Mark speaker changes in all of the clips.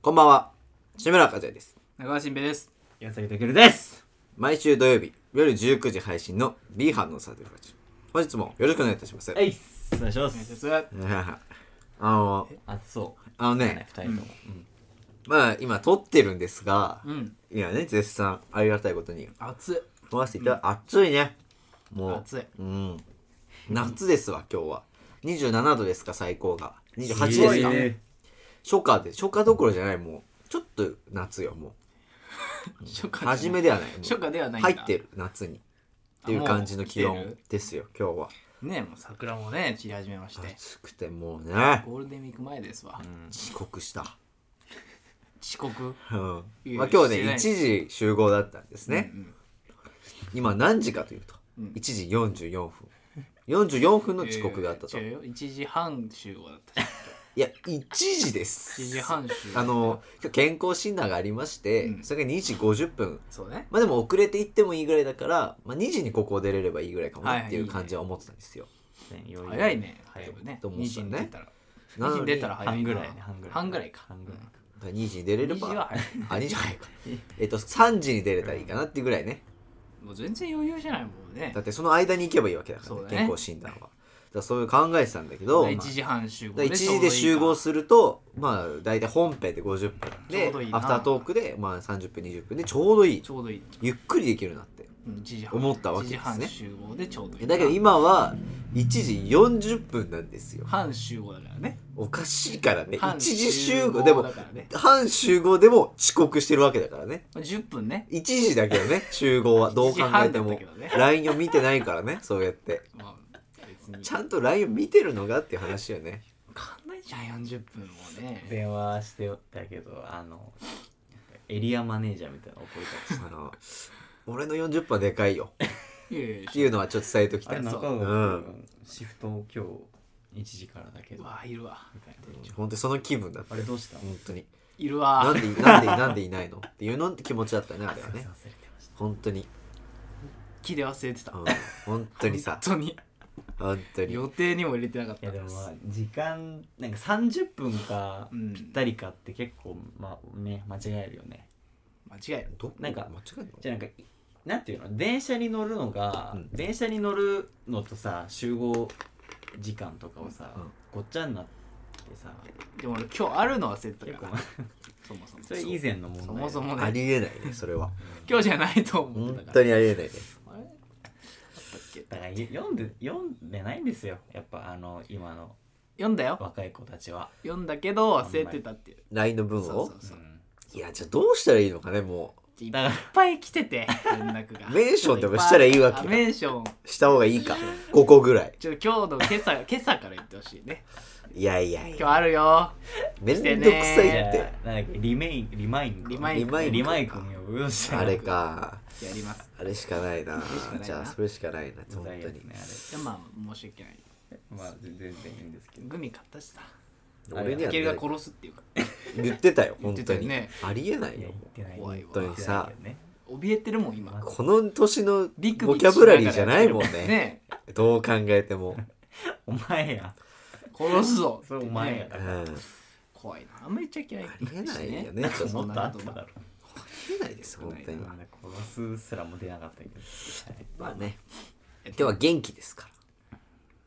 Speaker 1: こんばんは。志村和也です。
Speaker 2: 中川新平です。
Speaker 3: 矢崎るです
Speaker 1: 毎週土曜日夜19時配信の B 班のサーテルラジオ。本日もよろしくお願いいたします。
Speaker 3: はいっすお願いしま
Speaker 2: お願いしますす
Speaker 1: あの、
Speaker 3: 暑そう
Speaker 1: あの
Speaker 3: ね
Speaker 1: ね、
Speaker 3: 二人とも
Speaker 1: まあ今撮ってるんですが、
Speaker 2: うん。
Speaker 1: いやね、絶賛ありがたいことに
Speaker 2: 暑い。
Speaker 1: 撮らせていただ暑いね。もう。
Speaker 2: 暑い。
Speaker 1: うん。夏ですわ、今日は。27度ですか、最高が。28です
Speaker 2: すご
Speaker 1: か。
Speaker 2: いね
Speaker 1: 初夏で、初夏どころじゃない、もう。ちょっと夏よ、も
Speaker 2: 初
Speaker 1: う。
Speaker 2: 夏
Speaker 1: 初め
Speaker 2: で。
Speaker 1: ではない。もう
Speaker 2: 初夏ではないんだ
Speaker 1: 入ってる、夏に。っていう感じの気
Speaker 2: あもう来
Speaker 1: 温
Speaker 2: てる
Speaker 1: ですよ、今日は。
Speaker 2: ねもう桜もね散り始めまして。
Speaker 1: 暑くてもうね、
Speaker 2: ゴールデンウィーク前ですわ。
Speaker 1: 遅刻した。
Speaker 2: 遅刻。
Speaker 1: うん。
Speaker 2: いや
Speaker 1: まあ今日
Speaker 2: してな
Speaker 1: ね、
Speaker 2: い
Speaker 1: 1時集合だったんですね
Speaker 2: う。ん
Speaker 1: 今何時かというと、
Speaker 2: うん
Speaker 1: 1時44分。44分の
Speaker 2: うん。
Speaker 1: 遅刻があったと。
Speaker 2: 違
Speaker 1: いう
Speaker 2: よ一時半集合だったし。
Speaker 1: や、1時です。
Speaker 2: 一時半集合。
Speaker 1: あの、今日健康診断がありまして、
Speaker 2: うん
Speaker 1: それが2時50分。
Speaker 2: そうね。
Speaker 1: まあでも遅れて行ってもいいぐらいだから、まあ、2時にここを出れればいいぐらいかも
Speaker 2: はい
Speaker 1: な
Speaker 2: はい
Speaker 1: っていう感じは思ってたんですよ。
Speaker 2: 早いね。
Speaker 3: 早
Speaker 2: 早
Speaker 3: い
Speaker 2: いね。
Speaker 1: と思っ
Speaker 2: 二
Speaker 1: てた
Speaker 2: 時
Speaker 1: ね
Speaker 2: に出たら。
Speaker 1: なの
Speaker 2: 二時に
Speaker 1: に
Speaker 2: 出たら早いな。
Speaker 3: 半ぐらいね半ぐらい
Speaker 2: 半ぐらいか。
Speaker 3: 半ぐらいか
Speaker 1: 2時に出れれ
Speaker 2: 2時は
Speaker 1: ば、
Speaker 2: 早い。
Speaker 1: あ、2時早いか。えっと、3時に出れたらいいかなっていうぐらいね。
Speaker 2: もう全然余裕じゃないもんね
Speaker 1: だ。ってその間に行けばいいわけだから、ね
Speaker 2: そうだね
Speaker 1: 健康診断は。だからそういう考えてたんだけど、まあ
Speaker 2: 1時半集合
Speaker 1: だから
Speaker 2: で。
Speaker 1: 1時で集合すると、まあ大体本編で50分
Speaker 2: ちょ
Speaker 1: で
Speaker 2: うどいい、な
Speaker 1: アフタートークでまあ30分、20分でちょうどいい
Speaker 2: ち。ょうどいい。
Speaker 1: ゆっくりできるなって。
Speaker 2: うん一時半
Speaker 1: 思ったわけですね
Speaker 2: 一時半集合でちょうどいい。
Speaker 1: だけど今は1時40分なんですよ。
Speaker 2: 半集合だからね。
Speaker 1: おかしいからね。1
Speaker 2: 半
Speaker 1: 時集合、でも
Speaker 2: だ、からね
Speaker 1: 半集合でも遅刻してるわけだからね。
Speaker 2: まあ10分ね。
Speaker 1: 1時だけど ね、集合は。どう考えて
Speaker 2: 1
Speaker 1: も
Speaker 2: 時半だったけどね。
Speaker 1: LINE を見てないからね、そうやって。
Speaker 2: まあ、別に。
Speaker 1: ちゃんと LINE を見てるのがっていう話よね。
Speaker 2: かんないじゃん、40分もね。
Speaker 3: 電話してたけどあのエリアマネージャーみたいなの怒りた
Speaker 1: あの、俺の40分はでかいよ。
Speaker 2: いやいや
Speaker 1: っていうのはちょっと伝えときたい。
Speaker 3: あれ中
Speaker 1: う
Speaker 3: 川
Speaker 1: ん。
Speaker 3: 君シフトを今日1時からだけ
Speaker 2: う
Speaker 3: ど
Speaker 2: わ、いるわ。
Speaker 3: みたいな
Speaker 1: 本当にその気分だった。
Speaker 3: あれどうした
Speaker 1: 本当に。
Speaker 2: いる
Speaker 1: な
Speaker 2: わ
Speaker 1: ん。で、なんで、なんでいないのっていうのって気持ちだったね、あれはね。
Speaker 3: 忘れてました
Speaker 1: 本当に。
Speaker 2: 気で忘れてた。
Speaker 1: う
Speaker 2: 本
Speaker 1: ん。本当にさ。
Speaker 2: 当に。
Speaker 1: 本当に。
Speaker 2: 予定にも入れてなかっ
Speaker 3: い
Speaker 2: た
Speaker 3: や。でもまあ時間なんか30分か
Speaker 2: うん
Speaker 3: ぴったりかって結構まあね間違えるよね
Speaker 2: 間違える。
Speaker 1: ど
Speaker 3: なんか
Speaker 1: 間違えるの
Speaker 3: じゃあなんかいなんていうの電車に乗るのが、
Speaker 1: うん
Speaker 3: 電車に乗るのとさ集合時間とかをさ、
Speaker 1: うん
Speaker 3: ごっちゃになってさ
Speaker 2: でも俺今日あるの忘れて
Speaker 3: 結
Speaker 2: たか
Speaker 3: 構
Speaker 2: ら。そもそも。
Speaker 3: それ以前の問題
Speaker 2: そもそも
Speaker 1: あ
Speaker 2: ね。
Speaker 1: りえないね、それ は。
Speaker 2: 今日じゃないと思って
Speaker 1: 本
Speaker 2: たか
Speaker 1: 当
Speaker 2: ら。
Speaker 1: にありえないね。
Speaker 2: あれあったっけ
Speaker 3: だからよ読んで読んでないんですよやっぱあの今の
Speaker 2: 読んだよ。
Speaker 3: 若い子たちは、
Speaker 2: 読んだけど忘れてたっていう。
Speaker 1: LINE の文を
Speaker 2: そうそう
Speaker 3: う
Speaker 2: そう。
Speaker 3: ん
Speaker 1: いや、じゃあどうしたらいいのかね、も
Speaker 2: いっ
Speaker 3: だから
Speaker 2: ぱい来てて、連絡が。
Speaker 1: メンションでもしたらいいわけ
Speaker 2: あメンション。
Speaker 1: う。した方がいいか。ここぐらい。
Speaker 2: ちょっと今日の今朝、今朝から言ってほしいね。
Speaker 1: いやいやい
Speaker 2: 今
Speaker 1: や。
Speaker 2: 日あるよ。
Speaker 1: めんどく
Speaker 2: し
Speaker 1: さ
Speaker 2: て
Speaker 1: い
Speaker 2: ね
Speaker 3: いや
Speaker 1: っ
Speaker 3: い
Speaker 1: て
Speaker 3: や。なんだっけリメインリマイン
Speaker 2: リマイン
Speaker 1: リマイン
Speaker 3: リマイン君を呼ぶよした
Speaker 1: あれか。
Speaker 2: やります。
Speaker 1: あれしかないな
Speaker 2: しかない。な
Speaker 1: じゃあ、それしかないな、
Speaker 3: う
Speaker 1: 本
Speaker 3: ざ
Speaker 1: 当
Speaker 3: いやつ
Speaker 1: に。
Speaker 3: ね
Speaker 2: いやまあ申し訳ない。
Speaker 3: あれまあ全然いいんですけど
Speaker 2: グミ買ったしさ。
Speaker 3: あ
Speaker 1: 俺
Speaker 3: れ
Speaker 1: に
Speaker 2: タ
Speaker 1: は
Speaker 2: ケルが
Speaker 1: ね
Speaker 2: 殺すっていうか、
Speaker 1: 言ってたよ、
Speaker 2: 言
Speaker 1: 本
Speaker 2: ってた
Speaker 1: 当
Speaker 2: よ
Speaker 1: に
Speaker 2: ね。
Speaker 1: ありえない
Speaker 3: いや
Speaker 1: よ
Speaker 3: 言っ。てない
Speaker 2: 怖いわ
Speaker 1: 本当にさ
Speaker 3: 言ってないけどね
Speaker 2: 怯えてるもん今。
Speaker 1: この年の
Speaker 2: ビクビク
Speaker 1: ボキャブラリーじゃないもん
Speaker 2: しながら
Speaker 1: ね。
Speaker 2: ね
Speaker 1: どう考えても。
Speaker 3: お前や
Speaker 2: 殺すぞ。
Speaker 3: それお前や
Speaker 2: ね
Speaker 3: だ
Speaker 1: う
Speaker 3: から
Speaker 1: ん。
Speaker 2: 怖いな。あんまり言っちゃいけない。あ
Speaker 1: りえないよねちょっと
Speaker 2: そ
Speaker 3: も
Speaker 2: んな
Speaker 3: っとあっ
Speaker 2: こ
Speaker 3: た
Speaker 2: とも
Speaker 3: だろ
Speaker 1: ありえないです、本当に。
Speaker 3: なんだ殺すすらも出なかったけどはい
Speaker 1: まあね。今日は元気ですから。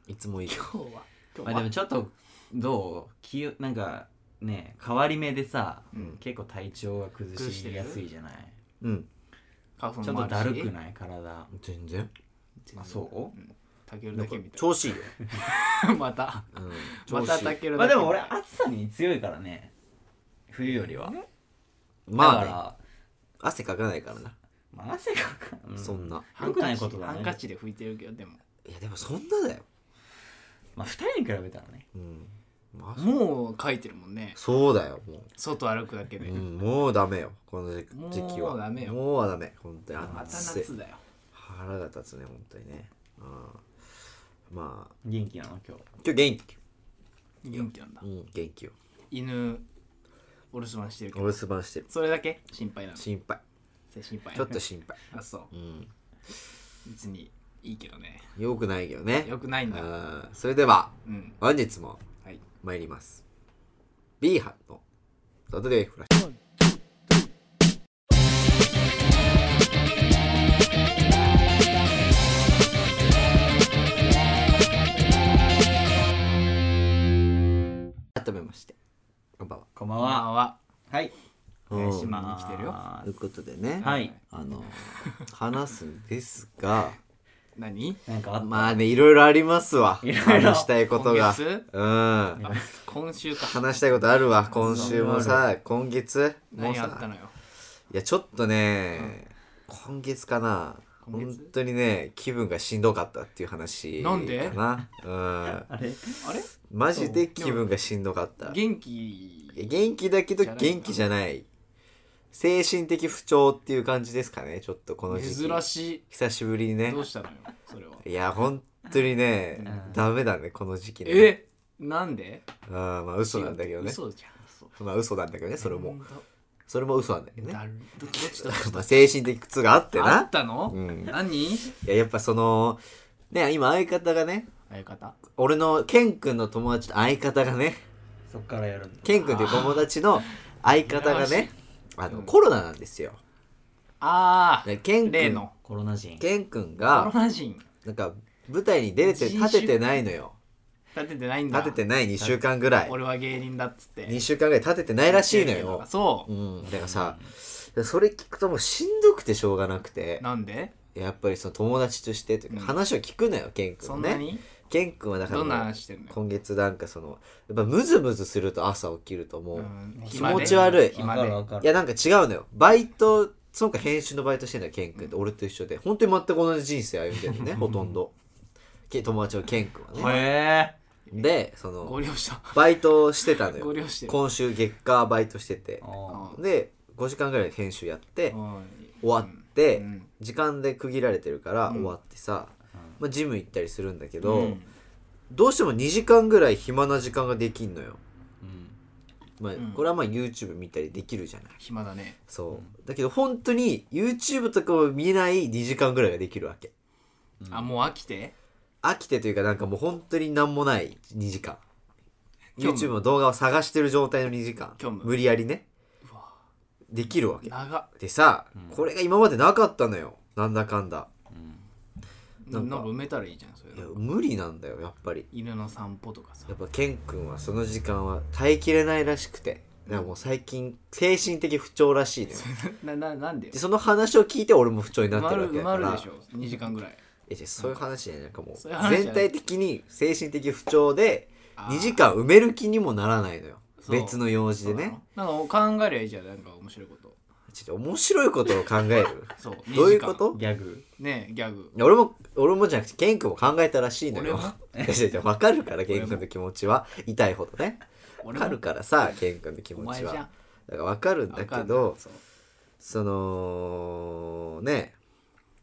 Speaker 1: いつも以上。
Speaker 2: 今日は。今日
Speaker 3: まあでも
Speaker 2: は。
Speaker 3: ちょっとどう気なんかね変わり目でさ、
Speaker 2: うん
Speaker 3: 結構体調が崩しやすいじゃない
Speaker 1: うん。
Speaker 2: 花粉
Speaker 3: ちょっ
Speaker 2: もあ
Speaker 3: とだるく
Speaker 2: い。
Speaker 3: ない体
Speaker 1: 全然。
Speaker 2: 全然
Speaker 3: あそ
Speaker 2: タケルだけみたい
Speaker 1: 調子いいよ。
Speaker 2: な。 また。
Speaker 1: うん。
Speaker 2: ま
Speaker 1: 調
Speaker 2: た
Speaker 1: 子い
Speaker 2: タ
Speaker 1: い。
Speaker 2: ケ
Speaker 3: う
Speaker 2: ル
Speaker 3: まあ
Speaker 2: だ
Speaker 3: で
Speaker 2: け。
Speaker 3: も俺暑さに強いからね冬よりは
Speaker 1: ま
Speaker 3: だ
Speaker 1: あね。
Speaker 3: か
Speaker 1: 汗かかないからな、
Speaker 3: ら、まあ、汗かくか、う
Speaker 1: そんな
Speaker 2: ハ
Speaker 3: よ
Speaker 2: ン
Speaker 3: くな
Speaker 2: カ
Speaker 3: い
Speaker 2: チ
Speaker 3: ことだね
Speaker 2: ハンカチで拭いてるけど、でも。
Speaker 1: いやでもそんなだよ
Speaker 3: まあ2人に比べたらね
Speaker 1: うん、まあ、
Speaker 2: もう書いてるもんね。
Speaker 1: そうだよも
Speaker 2: 外歩くだけ
Speaker 1: う、
Speaker 2: で。
Speaker 1: うん、もうダメよこの時
Speaker 2: もう
Speaker 1: 時期は
Speaker 2: ダメよ
Speaker 1: もうダメ本当に
Speaker 2: また
Speaker 1: 暑い
Speaker 2: 夏だよ。
Speaker 1: 腹が立つね本当にねうんまあ
Speaker 3: 元気なの今日
Speaker 1: 今日元気
Speaker 2: 元気なんだ
Speaker 1: う。ん元気よ
Speaker 2: 犬お留守番してるけ
Speaker 1: お
Speaker 2: ど
Speaker 1: 留守番してる
Speaker 2: それだけ心配なのそ
Speaker 1: 心配
Speaker 2: れ心配
Speaker 1: ちょっと心配
Speaker 2: あそ
Speaker 1: うん
Speaker 2: う別にいいけどね
Speaker 1: よくないよね
Speaker 2: よくないんだ
Speaker 1: うんそれでは
Speaker 2: うん
Speaker 1: 本日も
Speaker 2: はい
Speaker 1: 参ります B 班のサタデーフラッシュ改めましてこんばんは
Speaker 3: こんばん
Speaker 2: こんばん
Speaker 3: は。
Speaker 2: は
Speaker 3: はい。
Speaker 2: お願いし
Speaker 3: あ
Speaker 2: ま
Speaker 3: ー
Speaker 2: す来てるよ
Speaker 1: ということでね、
Speaker 3: はい。
Speaker 1: あの 話すんですが
Speaker 2: 何
Speaker 3: なんかあった。
Speaker 1: まあねいろいろありますわ
Speaker 3: いろいろ
Speaker 1: 話したいこと
Speaker 2: 今
Speaker 1: が
Speaker 2: 月
Speaker 1: うん
Speaker 2: あ今週か
Speaker 1: 話したいことあるわ今週もさ今月もう
Speaker 2: 何あった
Speaker 1: さ
Speaker 2: のよ
Speaker 1: いやちょっとね、今月かな
Speaker 2: 今月
Speaker 1: 本当にね気分がしんどかったっていう話かな
Speaker 2: なんで
Speaker 1: うん
Speaker 3: あれ
Speaker 2: あれ
Speaker 1: マジで気分がしんどかった
Speaker 2: 元気
Speaker 1: いや元気だけど
Speaker 2: じゃない
Speaker 1: 元気じゃない精神的不調っていう感じですかねちょっとこの時期
Speaker 2: 珍し
Speaker 1: 久しぶりに
Speaker 2: い
Speaker 1: ね
Speaker 2: どうしたのよそれはい
Speaker 1: や本当にね
Speaker 3: うん
Speaker 1: ダメだねこの時期ね
Speaker 2: えなんで
Speaker 1: あまあ嘘なんだけどね
Speaker 2: 嘘じゃん嘘
Speaker 1: まあ嘘なんだけどねそれも
Speaker 2: 本
Speaker 1: それも嘘なんだけ
Speaker 2: 当
Speaker 1: どね
Speaker 2: だるどどっちだっ
Speaker 1: まあ精神的苦痛があって
Speaker 2: たあ
Speaker 1: な
Speaker 2: ったの
Speaker 1: うん
Speaker 2: 何
Speaker 1: いややっぱそのね今相方がね
Speaker 2: 相方
Speaker 1: 俺のケン君の友達と相方がね
Speaker 3: そっからやるんだ。
Speaker 1: ケン君っていう友達の相方がねあのコロナなんですよ
Speaker 2: ああ
Speaker 1: でケン
Speaker 2: 例
Speaker 1: 君
Speaker 2: の
Speaker 3: コロナ人。
Speaker 1: ケン君
Speaker 2: コ
Speaker 1: が
Speaker 2: ロナ人
Speaker 1: なんか舞台に出れて
Speaker 2: 人
Speaker 1: 立
Speaker 2: 種
Speaker 1: ててないのよ
Speaker 2: 立ててないんだ
Speaker 1: 立ててない2週間ぐらい
Speaker 2: 俺は芸人だっつって
Speaker 1: 2週間ぐらい立ててないらしいのよ
Speaker 2: そううん
Speaker 1: だからさそれ聞くともうしんどくてしょうがなくて
Speaker 2: なんで
Speaker 1: やっぱりその友達としてというか
Speaker 2: うん
Speaker 1: 話を聞くのよケン
Speaker 2: そ
Speaker 1: 君
Speaker 2: んな
Speaker 1: ね
Speaker 2: に
Speaker 1: ケン君はだから
Speaker 2: どんな
Speaker 1: もう
Speaker 2: 話してんの
Speaker 1: 今月なんかそのやっぱムズムズすると朝起きるともう、
Speaker 2: うん
Speaker 1: 気
Speaker 2: 暇で
Speaker 1: 持ち悪い
Speaker 2: 暇
Speaker 3: わかるわ
Speaker 2: で
Speaker 3: か
Speaker 1: いや
Speaker 3: る。
Speaker 1: なんか違うのよバイトそのか編集のバイトしてんだよケン君って、俺と一緒で本当に全く同じ人生歩んでるのね ほとんどけ友達のケン君はね
Speaker 3: へ
Speaker 1: でそ
Speaker 2: ご
Speaker 1: の
Speaker 2: 了 承
Speaker 1: バイトしてたのよ
Speaker 2: ご了承
Speaker 1: 今週月火バイトしてて
Speaker 3: え。あ
Speaker 1: で5時間ぐらい編集やって終
Speaker 2: 終
Speaker 1: わって、
Speaker 2: うん
Speaker 1: 時間で区切られてるから
Speaker 2: うん
Speaker 1: 終わってさ、
Speaker 3: ー
Speaker 1: まあ、ジム行ったりするんだけ
Speaker 2: う
Speaker 1: ど、
Speaker 2: ん
Speaker 1: どうしても2時間ぐらい暇な時間ができんのよ、
Speaker 3: うん。
Speaker 1: まあ
Speaker 2: ん
Speaker 1: これはまあ YouTube 見たりできるじゃない
Speaker 2: 暇だね
Speaker 1: そう。だけど本当に YouTube とかを見ない2時間ぐらいができるわけ。
Speaker 2: あもう飽きて
Speaker 1: 飽きてというかなんかもう本当になんもない2時間。
Speaker 2: 虚無
Speaker 1: YouTube の動画を探してる状態の2時間
Speaker 2: 虚。無
Speaker 1: 無理やりね
Speaker 2: うわ。
Speaker 1: できるわけ。
Speaker 2: 長っ
Speaker 1: でさ
Speaker 3: ん、
Speaker 1: これが今までなかったのよ。なんだかんだ。な
Speaker 2: なんん
Speaker 1: か
Speaker 2: か埋めたらいいじゃんそれ
Speaker 1: いや、無理なんだよ、やっぱり。
Speaker 2: 犬の散歩とかさ
Speaker 1: やっぱケン君はその時間は耐えきれないらしくて。だからもう最近精神的不調らしいのよ。
Speaker 2: なななんでよ
Speaker 1: でその話を聞いて俺も不調になって
Speaker 2: 埋ま
Speaker 1: るわ
Speaker 2: る
Speaker 1: け
Speaker 2: 埋
Speaker 1: だか
Speaker 2: まる
Speaker 1: ら
Speaker 2: でしょ2時間ぐ らい
Speaker 1: えじゃあそういう話じゃないなんかもう
Speaker 2: そういう話じゃな
Speaker 1: 全体
Speaker 2: い
Speaker 1: 的に精神的不調で
Speaker 2: あー
Speaker 1: 2時間埋める気にもならないのよ
Speaker 2: そう
Speaker 1: 別の用事でね
Speaker 2: なんか考えりゃいいじゃんなんか面白いこと
Speaker 1: ちょっと面白いことを考える
Speaker 2: そう
Speaker 1: どういう
Speaker 2: 2時間
Speaker 1: こと
Speaker 3: ギャグ。
Speaker 2: ねえギャグ
Speaker 1: いや俺も俺もじゃなくてケン君も考えたらしいのよ
Speaker 2: 俺も
Speaker 1: いやいやいやわかるからケン君の気持ちは痛いほどねわ
Speaker 2: 俺
Speaker 1: かる
Speaker 2: も
Speaker 1: からさケン君の気
Speaker 2: お
Speaker 1: 持
Speaker 2: 前
Speaker 1: ち
Speaker 2: じ
Speaker 1: は
Speaker 2: ゃん
Speaker 1: だからわかるんだ
Speaker 2: わか
Speaker 1: け
Speaker 2: んない
Speaker 1: ど
Speaker 2: そう
Speaker 1: そのね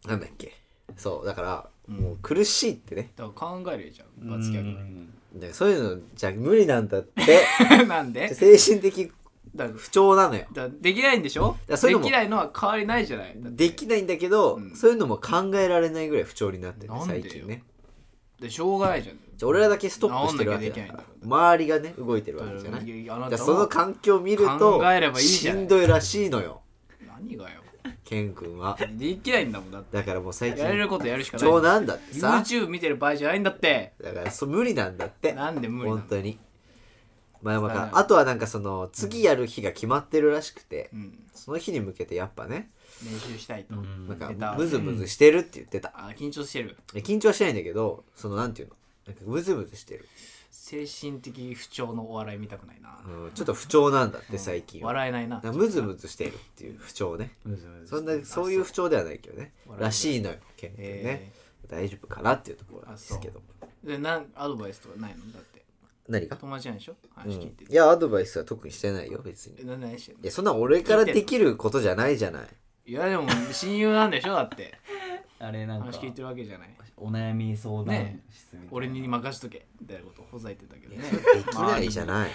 Speaker 1: なんだっけそうだから
Speaker 2: うん
Speaker 1: もう苦しいってね
Speaker 2: だから考えりゃいいじゃん罰
Speaker 3: 罰
Speaker 2: ギ
Speaker 3: ギ
Speaker 2: ャ
Speaker 3: ャ
Speaker 2: グ
Speaker 3: グ。
Speaker 1: だからそういうのじゃ無理なんだって
Speaker 2: なんで
Speaker 1: 精神的
Speaker 2: だ
Speaker 1: 不調なのよ
Speaker 2: だできないんでしょ
Speaker 1: やそういうの
Speaker 2: で
Speaker 1: も
Speaker 2: きないのは変わりないじゃないだって
Speaker 1: できないんだけど、
Speaker 2: うん
Speaker 1: そういうのも考えられないぐらい不調になってて
Speaker 2: なんでよ
Speaker 1: 最近ね
Speaker 2: でしょうがないじゃん
Speaker 1: じゃあ俺らだけストップしてるわけだ
Speaker 2: 治ん
Speaker 1: か
Speaker 2: なきゃ
Speaker 1: ら
Speaker 2: できないん
Speaker 1: 周りがね動いてるわけじゃない
Speaker 2: い
Speaker 1: じ
Speaker 2: やいやあな
Speaker 1: ゃ
Speaker 2: た
Speaker 1: あその
Speaker 2: は
Speaker 1: 環境を見ると
Speaker 2: 考えればいい
Speaker 1: し
Speaker 2: じゃない
Speaker 1: んどいらしいのよ
Speaker 2: 何がよ
Speaker 1: ケン君は
Speaker 2: できないんだもんだって
Speaker 1: だからもう最近
Speaker 2: やれることやるしか
Speaker 1: 不
Speaker 2: ない
Speaker 1: 調なんだってさ
Speaker 2: YouTube 見てる場合じゃないんだって
Speaker 1: だからそう無理なんだって
Speaker 2: なんで無理な
Speaker 1: 本
Speaker 2: の
Speaker 1: 当にまあまあ
Speaker 2: 伝えない
Speaker 1: あとはなんかその次やる日が決まってるらしくて、
Speaker 2: うん
Speaker 1: その日に向けてやっぱね
Speaker 2: 練習したいと
Speaker 3: うん
Speaker 1: なん
Speaker 2: 出た
Speaker 1: かムズムズしてるって言ってた、
Speaker 2: あ緊張してる
Speaker 1: で緊張はしてないんだけどそのなんていうのなんかムズムズしてる
Speaker 2: 精神的不調のお笑い見たくないな
Speaker 1: うんちょっと不調なんだって最近は。
Speaker 2: 笑えないな
Speaker 1: なんかムズムズしてるっていう不調ね。
Speaker 3: むずむず
Speaker 1: そんなそういう不調ではないけどね
Speaker 2: そ。う
Speaker 1: らしいのよ、ケン君ね
Speaker 2: え。
Speaker 1: 大丈夫かなっていうところなんですけど。
Speaker 2: ーでなんアドバイスとかないのだって
Speaker 1: 何が、
Speaker 2: 友達なんでしょ
Speaker 1: うん
Speaker 2: 話聞い
Speaker 1: い
Speaker 2: てて
Speaker 1: や、アドバイスは特にしてないよ、別に。
Speaker 2: えな何してん
Speaker 1: い
Speaker 2: の
Speaker 1: や、そんな俺からできることじゃないじゃない。
Speaker 2: いやでも親友なんでしょだって
Speaker 3: あれなんか
Speaker 2: 話。聞いてるわけじゃない
Speaker 3: お悩み相談
Speaker 2: ね
Speaker 3: 室みたいな
Speaker 2: 俺に任しとけみたいなことをほざいてたけどね
Speaker 1: できないじゃない。